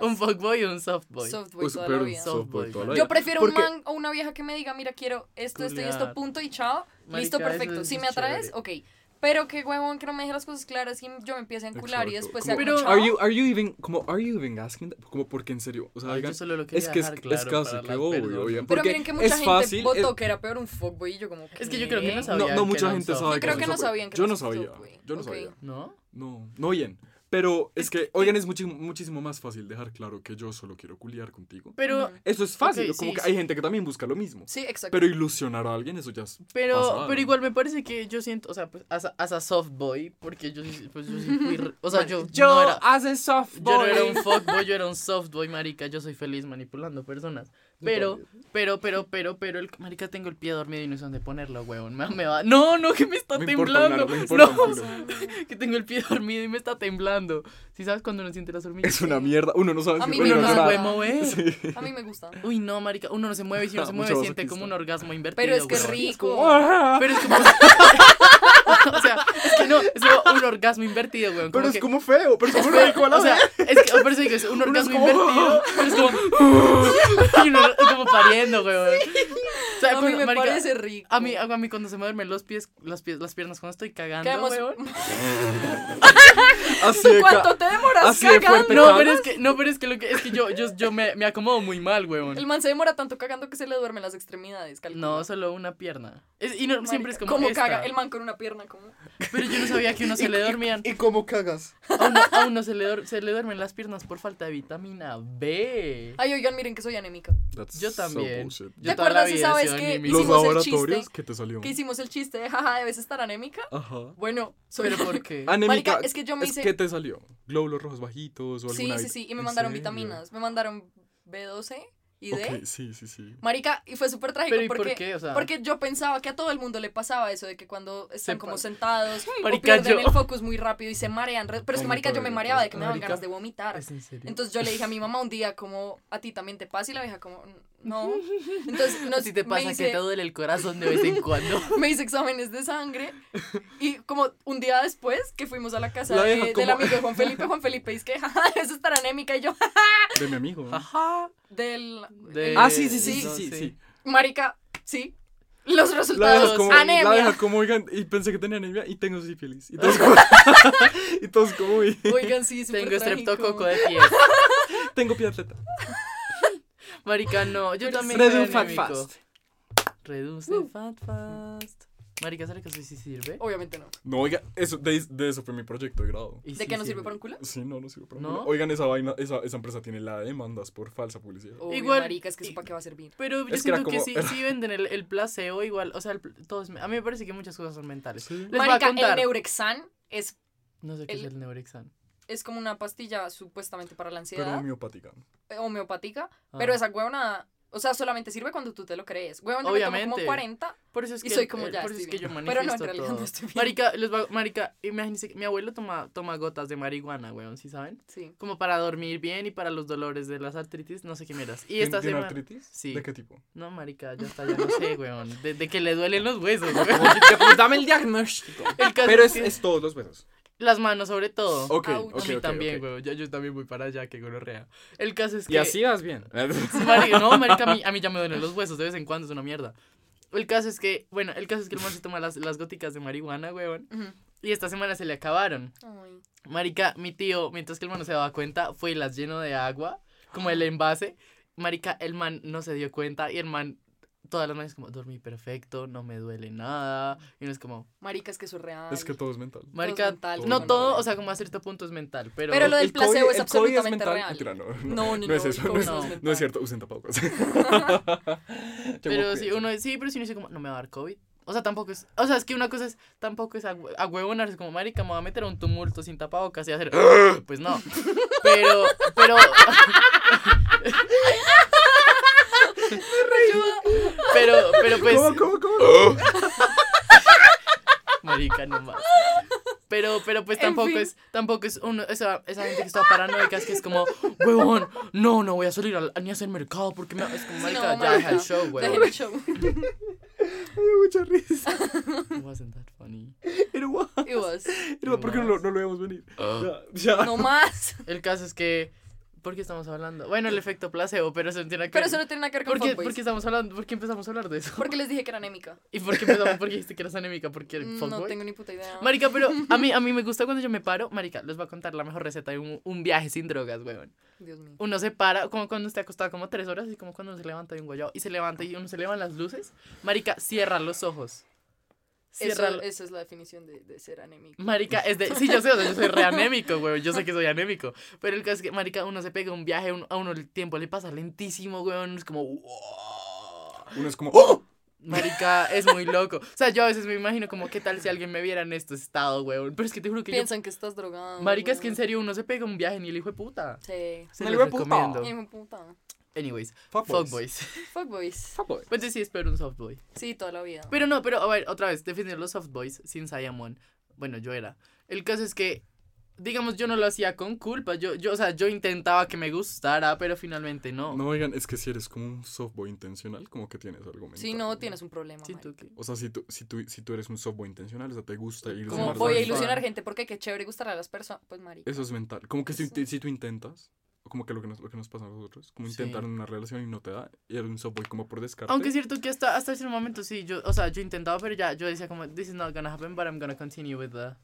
[SPEAKER 2] no
[SPEAKER 1] un
[SPEAKER 2] más.
[SPEAKER 1] fuckboy o un softboy?
[SPEAKER 2] Softboy
[SPEAKER 3] pues,
[SPEAKER 2] toda la
[SPEAKER 3] pero
[SPEAKER 2] vida.
[SPEAKER 1] so-
[SPEAKER 3] softboy toda la
[SPEAKER 2] Yo
[SPEAKER 3] vida.
[SPEAKER 2] prefiero
[SPEAKER 3] Porque-
[SPEAKER 2] un man o una vieja que me diga, mira, quiero esto, esto y esto,
[SPEAKER 1] Culear.
[SPEAKER 2] punto y chao. Listo,
[SPEAKER 1] Marica, eso
[SPEAKER 2] perfecto.
[SPEAKER 1] es
[SPEAKER 2] Si me atraes,
[SPEAKER 1] chévere.
[SPEAKER 2] ok. Pero qué huevón que no me deje las cosas claras y yo me empiece a encular y
[SPEAKER 3] Exacto,
[SPEAKER 2] después sea
[SPEAKER 3] como,
[SPEAKER 1] Pero-
[SPEAKER 2] como, chao.
[SPEAKER 3] Are you, are you even, como, are you even asking that? Como, porque en serio, o sea,
[SPEAKER 1] Ay,
[SPEAKER 3] oigan,
[SPEAKER 1] yo solo lo
[SPEAKER 3] es
[SPEAKER 1] quería
[SPEAKER 3] que es,
[SPEAKER 1] dejar
[SPEAKER 3] es
[SPEAKER 1] claro
[SPEAKER 3] casi
[SPEAKER 1] para
[SPEAKER 3] que
[SPEAKER 1] las
[SPEAKER 3] obvio,
[SPEAKER 1] personas.
[SPEAKER 3] oigan,
[SPEAKER 2] Pero
[SPEAKER 3] porque
[SPEAKER 2] miren que mucha
[SPEAKER 3] es
[SPEAKER 2] gente
[SPEAKER 3] fácil,
[SPEAKER 2] votó
[SPEAKER 3] es-
[SPEAKER 2] que era peor un fuckboy y yo como
[SPEAKER 1] Es que yo creo que no
[SPEAKER 2] ¿qué?
[SPEAKER 1] sabía
[SPEAKER 3] no, no
[SPEAKER 1] que
[SPEAKER 3] mucha
[SPEAKER 1] era un
[SPEAKER 3] gente
[SPEAKER 1] soft
[SPEAKER 3] sabe
[SPEAKER 1] boy.
[SPEAKER 2] Yo creo que no
[SPEAKER 3] softboy.
[SPEAKER 2] sabían que
[SPEAKER 3] Yo
[SPEAKER 2] era
[SPEAKER 3] no
[SPEAKER 2] un
[SPEAKER 3] sabía,
[SPEAKER 2] softboy.
[SPEAKER 3] yo no
[SPEAKER 2] Ok.
[SPEAKER 3] sabía.
[SPEAKER 1] ¿No?
[SPEAKER 3] No, no oyen. Pero es que, oigan, es muchi- muchísimo más fácil dejar claro que yo solo quiero culiar contigo.
[SPEAKER 1] Pero,
[SPEAKER 2] Ujú.
[SPEAKER 3] Eso es fácil,
[SPEAKER 1] Ok,
[SPEAKER 3] como
[SPEAKER 1] sí,
[SPEAKER 3] que
[SPEAKER 1] sí.
[SPEAKER 3] hay gente que también busca lo mismo.
[SPEAKER 2] Sí, exacto.
[SPEAKER 3] Pero ilusionar a alguien, eso ya es
[SPEAKER 1] pero,
[SPEAKER 3] pasado.
[SPEAKER 1] pero igual me parece que yo siento, o sea, pues, as a, as a softboy, porque yo, sí- pues, yo sí fui, re- o sea, yo, no era,
[SPEAKER 3] as
[SPEAKER 1] yo
[SPEAKER 3] a
[SPEAKER 1] no
[SPEAKER 3] softboy.
[SPEAKER 1] era un fuckboy, yo era un softboy, marica, yo soy feliz manipulando personas, pero... Pero, pero, pero, pero, el marica, tengo el pie dormido y no sé dónde ponerlo, huevón. Me, me va. No, no, que me está
[SPEAKER 3] Me importa un
[SPEAKER 1] temblando.
[SPEAKER 3] ano, me importa
[SPEAKER 1] no,
[SPEAKER 3] un culo.
[SPEAKER 1] que tengo el pie dormido y me está temblando. Si sabes cuando uno siente las hormigas.
[SPEAKER 3] Es una mierda. Uno no sabe
[SPEAKER 2] A
[SPEAKER 3] si
[SPEAKER 2] mí
[SPEAKER 1] Uno
[SPEAKER 2] me
[SPEAKER 1] no se
[SPEAKER 2] pasa.
[SPEAKER 1] puede mover.
[SPEAKER 2] A mí me gusta.
[SPEAKER 1] Uy, no, marica, uno no se mueve y si uno se
[SPEAKER 3] Mucho
[SPEAKER 1] mueve siente
[SPEAKER 3] masoquista.
[SPEAKER 1] como un orgasmo invertido.
[SPEAKER 2] Pero es que
[SPEAKER 1] huevón.
[SPEAKER 2] rico.
[SPEAKER 1] Pero es como. o sea, es que no, es como un orgasmo invertido, huevón.
[SPEAKER 3] Pero
[SPEAKER 1] como
[SPEAKER 3] es
[SPEAKER 1] que-
[SPEAKER 3] como feo, pero es como rico a la
[SPEAKER 1] o sea,
[SPEAKER 3] vez.
[SPEAKER 1] es que, por eso digo, ¿Eh? es un orgasmo
[SPEAKER 3] como-
[SPEAKER 1] invertido, pero es como, y uno como pariendo, huevón. O sea,
[SPEAKER 2] A mí
[SPEAKER 1] cuando-
[SPEAKER 2] me
[SPEAKER 1] marica,
[SPEAKER 2] parece rico.
[SPEAKER 1] A mí, a mí cuando se me duermen los pies, las, pies, las piernas cuando estoy cagando,
[SPEAKER 2] Quedamos-
[SPEAKER 1] weón.
[SPEAKER 3] Así de ca-
[SPEAKER 2] ¿Cuánto te demoras
[SPEAKER 3] así de
[SPEAKER 2] cagando?
[SPEAKER 3] fuerte
[SPEAKER 1] No, pero es que, no, pero es que lo que, es que yo, yo, yo me, me acomodo muy mal,
[SPEAKER 2] El
[SPEAKER 1] weón.
[SPEAKER 2] man se demora tanto cagando que se le duermen las extremidades. calculo.
[SPEAKER 1] No, solo una pierna. Es- y no,
[SPEAKER 2] Marica,
[SPEAKER 1] siempre es como
[SPEAKER 2] ¿Cómo
[SPEAKER 1] esta.
[SPEAKER 2] caga el man con una pierna? como
[SPEAKER 1] Pero yo no sabía que uno se le dormían.
[SPEAKER 3] ¿Y cómo cagas?
[SPEAKER 1] A uno, a uno se, le dor- se le duermen las piernas por falta de vitamina B.
[SPEAKER 2] Ay, oigan, miren que soy anémica.
[SPEAKER 1] Yo también.
[SPEAKER 2] ¿Te
[SPEAKER 1] Yo toda la
[SPEAKER 2] acuerdas
[SPEAKER 1] vida he
[SPEAKER 2] esa vez
[SPEAKER 1] sido
[SPEAKER 2] que
[SPEAKER 1] anímica.
[SPEAKER 3] Los
[SPEAKER 2] Hicimos el
[SPEAKER 3] laboratorios
[SPEAKER 2] chiste.
[SPEAKER 3] que te salió.
[SPEAKER 2] Que hicimos el chiste de jaja, debes estar anémica.
[SPEAKER 3] Ajá.
[SPEAKER 2] Bueno, soy
[SPEAKER 1] Pero ¿por qué?
[SPEAKER 3] Anémica.
[SPEAKER 2] Marica, es que yo me hice-
[SPEAKER 3] ¿Qué te salió? Glóbulos rojos bajitos o
[SPEAKER 2] Sí,
[SPEAKER 3] alguna
[SPEAKER 2] sí,
[SPEAKER 3] vit-
[SPEAKER 2] sí. Y me
[SPEAKER 3] ¿En
[SPEAKER 2] mandaron
[SPEAKER 3] serio?
[SPEAKER 2] vitaminas. Me mandaron B12 y de...
[SPEAKER 3] Ok, sí, sí, sí.
[SPEAKER 2] Marica, y fue súper trágico
[SPEAKER 1] Pero, ¿y por
[SPEAKER 2] porque,
[SPEAKER 1] qué? O sea-
[SPEAKER 2] porque yo pensaba que a todo el mundo le pasaba eso de que cuando están como
[SPEAKER 1] pa-
[SPEAKER 2] sentados o
[SPEAKER 1] Marica,
[SPEAKER 2] pierden
[SPEAKER 1] yo-
[SPEAKER 2] el focus muy rápido y se marean. re- Pero es que,
[SPEAKER 3] Ay,
[SPEAKER 2] marica, yo me
[SPEAKER 3] pobre,
[SPEAKER 2] mareaba de que me daban
[SPEAKER 1] marica.
[SPEAKER 2] ganas de vomitar.
[SPEAKER 1] ¿Es en serio?
[SPEAKER 2] Entonces yo le dije a mi mamá un día como, ¿a ti también te pasa? Y la vieja como, no. Entonces no,
[SPEAKER 1] si te
[SPEAKER 2] me
[SPEAKER 1] pasa
[SPEAKER 2] hice-
[SPEAKER 1] que te duele el corazón de vez en cuando.
[SPEAKER 2] me hice exámenes de sangre y como un día después que fuimos a la casa
[SPEAKER 3] La
[SPEAKER 2] de-
[SPEAKER 3] vieja
[SPEAKER 2] del
[SPEAKER 3] como-
[SPEAKER 2] amigo de Juan Felipe, Juan Felipe dice que jaja, eso estar anémica y yo "Ja".
[SPEAKER 3] De mi amigo. ¿no?
[SPEAKER 1] Ajá.
[SPEAKER 2] del
[SPEAKER 1] De-
[SPEAKER 3] Ah, sí, sí,
[SPEAKER 2] Sí,
[SPEAKER 3] sí, sí, Ah. sí. sí.
[SPEAKER 2] marica, sí. Los
[SPEAKER 3] La
[SPEAKER 2] resultados
[SPEAKER 3] dejas como,
[SPEAKER 2] anemia.
[SPEAKER 3] la deja como, oigan, y pensé que tenía anemia y tengo sífilis. Y todos como, y todos como, uy,
[SPEAKER 2] Oigan, sí, súper
[SPEAKER 1] Tengo
[SPEAKER 2] trágico.
[SPEAKER 1] estreptococo de pie.
[SPEAKER 3] tengo piatleta.
[SPEAKER 1] Marica, no, yo también
[SPEAKER 3] Redu
[SPEAKER 1] soy
[SPEAKER 3] fat
[SPEAKER 1] anémico.
[SPEAKER 3] fast.
[SPEAKER 1] Reduce
[SPEAKER 2] Uh.
[SPEAKER 1] fat fast. Marica, ¿sabes que eso sí sirve?
[SPEAKER 2] Obviamente no.
[SPEAKER 3] No, oiga, eso, de, de eso fue mi proyecto de grado.
[SPEAKER 1] Y
[SPEAKER 2] ¿De
[SPEAKER 1] sí
[SPEAKER 2] qué nos sirve para un culo?
[SPEAKER 3] Sí, no, no sirve para
[SPEAKER 1] ¿No?
[SPEAKER 3] nada. Oigan, esa vaina, esa, esa empresa tiene la demandas por falsa publicidad.
[SPEAKER 2] Obvio,
[SPEAKER 1] Igual-
[SPEAKER 2] marica, es que eso
[SPEAKER 1] y-
[SPEAKER 2] para qué va a servir.
[SPEAKER 1] Pero yo
[SPEAKER 3] Es que era
[SPEAKER 1] siento que
[SPEAKER 3] como-
[SPEAKER 1] sí, sí venden el, el placebo igual. O sea, el pl- todo es me- a mí me parece que muchas cosas son mentales.
[SPEAKER 3] Sí.
[SPEAKER 1] Les voy a
[SPEAKER 2] marica, el
[SPEAKER 1] contar.
[SPEAKER 2] Neurexan es
[SPEAKER 1] No sé qué es
[SPEAKER 2] El-
[SPEAKER 1] el neurexan.
[SPEAKER 2] es como una pastilla supuestamente para la
[SPEAKER 3] Pero
[SPEAKER 2] ansiedad
[SPEAKER 3] homeopática.
[SPEAKER 2] eh, homeopática,
[SPEAKER 1] Ah.
[SPEAKER 2] pero esa huevona, o sea, solamente sirve cuando tú te lo crees. Huevona, yo me tomo como
[SPEAKER 1] Obviamente.
[SPEAKER 2] 40
[SPEAKER 1] Por eso es que,
[SPEAKER 2] Y soy como,
[SPEAKER 1] eh,
[SPEAKER 2] ya,
[SPEAKER 1] por eso es
[SPEAKER 2] estoy
[SPEAKER 1] que yo
[SPEAKER 2] bien.
[SPEAKER 1] manifiesto
[SPEAKER 2] Pero no, en realidad
[SPEAKER 1] todo.
[SPEAKER 2] no estoy bien.
[SPEAKER 1] Marica, les va- marica, imagínense que mi abuelo toma, toma gotas de marihuana, weón, ¿sí saben?
[SPEAKER 2] Sí.
[SPEAKER 1] Como para dormir bien y para los dolores de las artritis, no sé qué miras. Y
[SPEAKER 3] ¿Tien-
[SPEAKER 1] esta
[SPEAKER 3] ¿Tiene
[SPEAKER 1] semana...
[SPEAKER 3] artritis?
[SPEAKER 1] Sí.
[SPEAKER 3] ¿De qué tipo?
[SPEAKER 1] No, marica, ya está, ya no sé, weón. De, de que le duelen los huesos, weón.
[SPEAKER 3] dame el diagnóstico.
[SPEAKER 1] El caso
[SPEAKER 3] Pero
[SPEAKER 1] es
[SPEAKER 3] es,
[SPEAKER 1] que-
[SPEAKER 3] es todos los besos.
[SPEAKER 1] Las manos sobre todo.
[SPEAKER 3] Ok,
[SPEAKER 2] Au.
[SPEAKER 3] ok,
[SPEAKER 1] a mí
[SPEAKER 3] ok,
[SPEAKER 1] también,
[SPEAKER 3] ok.
[SPEAKER 1] weón. Yo, yo también voy para allá, que gonorrea. El caso es que...
[SPEAKER 3] Y así vas bien.
[SPEAKER 1] Marica, no, marica, a mí, a mí ya me duelen los huesos de vez en cuando, es una mierda. El caso es que, bueno, el caso es que el man se toma las, las góticas de marihuana, weón.
[SPEAKER 2] Ujú.
[SPEAKER 1] Y esta semana se le acabaron.
[SPEAKER 2] Ay.
[SPEAKER 1] Marica, mi tío, mientras que el man no se daba cuenta, fue y las llenó de agua, como el envase. Marica, el man no se dio cuenta y el man todas las mañanas como, dormí perfecto, no me duele nada. Y uno es como,
[SPEAKER 2] Marica, es que eso es real.
[SPEAKER 3] es que todo es mental.
[SPEAKER 1] marica,
[SPEAKER 2] es mental,
[SPEAKER 1] no
[SPEAKER 3] todo
[SPEAKER 1] todo,
[SPEAKER 2] mental.
[SPEAKER 1] o sea, como a cierto punto es mental, pero...
[SPEAKER 2] Pero lo del
[SPEAKER 3] El COVID-
[SPEAKER 2] placebo es
[SPEAKER 3] el COVID
[SPEAKER 2] absolutamente
[SPEAKER 3] mental.
[SPEAKER 2] real.
[SPEAKER 3] Mentira, no, no,
[SPEAKER 2] No, no,
[SPEAKER 3] no es
[SPEAKER 2] no,
[SPEAKER 3] eso.
[SPEAKER 2] el
[SPEAKER 3] No
[SPEAKER 2] COVID
[SPEAKER 3] es,
[SPEAKER 2] no es
[SPEAKER 3] no es
[SPEAKER 2] mental.
[SPEAKER 3] cierto, usen tapabocas.
[SPEAKER 1] pero sí, uno, sí, pero si uno dice como, no me va a dar COVID. O sea, tampoco es, o sea, es que una cosa es, tampoco es a, hue- a huevonarse, como, marica, me voy a meter a un tumulto sin tapabocas y hacer, pues no. Pero, pero... Pero, pero pues...
[SPEAKER 3] ¿Cómo, cómo, cómo?
[SPEAKER 1] Marica, no más. Pero, pero pues
[SPEAKER 2] En
[SPEAKER 1] tampoco
[SPEAKER 2] fin.
[SPEAKER 1] es, tampoco es uno, esa, esa gente que está paranoica, es que es como, huevón, no, no voy a salir al- ni a hacer mercado porque me... Es como,
[SPEAKER 2] Sí,
[SPEAKER 1] marica,
[SPEAKER 2] no,
[SPEAKER 1] ya deja el
[SPEAKER 2] marica.
[SPEAKER 1] show,
[SPEAKER 2] Dejen el
[SPEAKER 1] huevón.
[SPEAKER 2] show.
[SPEAKER 3] Me dio mucha risa.
[SPEAKER 1] It wasn't that funny.
[SPEAKER 3] Era guau.
[SPEAKER 2] It was.
[SPEAKER 3] Era guau, ¿Por qué no lo, no lo veíamos venir? Ya, ya.
[SPEAKER 2] No más.
[SPEAKER 1] El caso es que, ¿por qué estamos hablando? Bueno, el efecto placebo, pero eso no tiene que
[SPEAKER 2] Pero eso no tiene nada que ver con
[SPEAKER 1] ¿Por qué,
[SPEAKER 2] fuckboys.
[SPEAKER 1] por qué estamos hablando? ¿Por qué empezamos a hablar de eso?
[SPEAKER 2] Porque les dije que era anémica.
[SPEAKER 1] ¿Y por qué empezamos? ¿Por qué dijiste que eras anémica? ¿Por qué eres
[SPEAKER 2] Mm, No
[SPEAKER 1] fuckboy?
[SPEAKER 2] tengo ni puta idea.
[SPEAKER 1] Marica, pero a mí, a mí me gusta cuando yo me paro. Marica, les voy a contar la mejor receta de un, un viaje sin drogas, huevón.
[SPEAKER 2] Dios mío.
[SPEAKER 1] uno se para, como cuando usted acostado como tres horas, y como cuando uno se levanta de un guayao, y se levanta y uno se levan las luces, marica, cierra los ojos. Cierra
[SPEAKER 2] Eso,
[SPEAKER 1] lo-
[SPEAKER 2] esa es la definición de, de ser anémico.
[SPEAKER 1] Marica, es de... Sí, yo sé, o sea, yo soy re anémico, güey, yo sé que soy anémico, pero el caso es que, marica, uno se pega un viaje, un- a uno el tiempo le pasa lentísimo, güey, uno es como... "Wow".
[SPEAKER 3] Uno es como, ¡oh!
[SPEAKER 1] Marica, es muy loco. O sea, yo a veces me imagino como, ¿qué tal si alguien me viera en este estado, güey? Pero es que te juro que yo-
[SPEAKER 2] Piensan que estás drogado.
[SPEAKER 1] Marica, es que en
[SPEAKER 2] weón.
[SPEAKER 1] serio uno se pega un viaje ni el hijo de puta.
[SPEAKER 2] Sí.
[SPEAKER 1] Se los
[SPEAKER 3] Ni el hijo de puta.
[SPEAKER 1] recomiendo.
[SPEAKER 2] Hijo de puta.
[SPEAKER 1] Anyways,
[SPEAKER 3] Fuckboys.
[SPEAKER 1] fuckboys.
[SPEAKER 2] Fuckboys.
[SPEAKER 3] Fuckboy.
[SPEAKER 1] Pues yo sí espero un softboy.
[SPEAKER 2] Sí, toda la vida.
[SPEAKER 1] Pero no, pero a ver, otra vez, defender los softboys sin Sayamon. Bueno, yo era. El caso es que, digamos, yo no lo hacía con culpa. Yo, yo, o sea, yo intentaba que me gustara, pero finalmente no.
[SPEAKER 3] No, oigan, es que si eres como un softboy intencional, como que tienes algo mental.
[SPEAKER 2] Sí, no, tienes un problema.
[SPEAKER 1] Sí,
[SPEAKER 2] marica.
[SPEAKER 1] tú qué.
[SPEAKER 3] O sea, si tú, si tú, si tú eres un softboy intencional, o sea, te gusta ilusionar.
[SPEAKER 2] Como
[SPEAKER 1] Sí,
[SPEAKER 2] voy a
[SPEAKER 1] marica.
[SPEAKER 2] ilusionar gente porque qué chévere gustarle a las personas. Pues, marica.
[SPEAKER 3] Eso es mental. Como que si,
[SPEAKER 2] Eso.
[SPEAKER 3] si tú intentas, como que lo que nos, lo que nos pasa a nosotros, como
[SPEAKER 1] Sí.
[SPEAKER 3] intentar una relación y no te da, y eres un softboy como por descarte.
[SPEAKER 1] Aunque es cierto que hasta, hasta ese momento sí, yo, o sea, yo intentaba, pero ya, yo decía como, this is not gonna happen, but I'm gonna continue with the,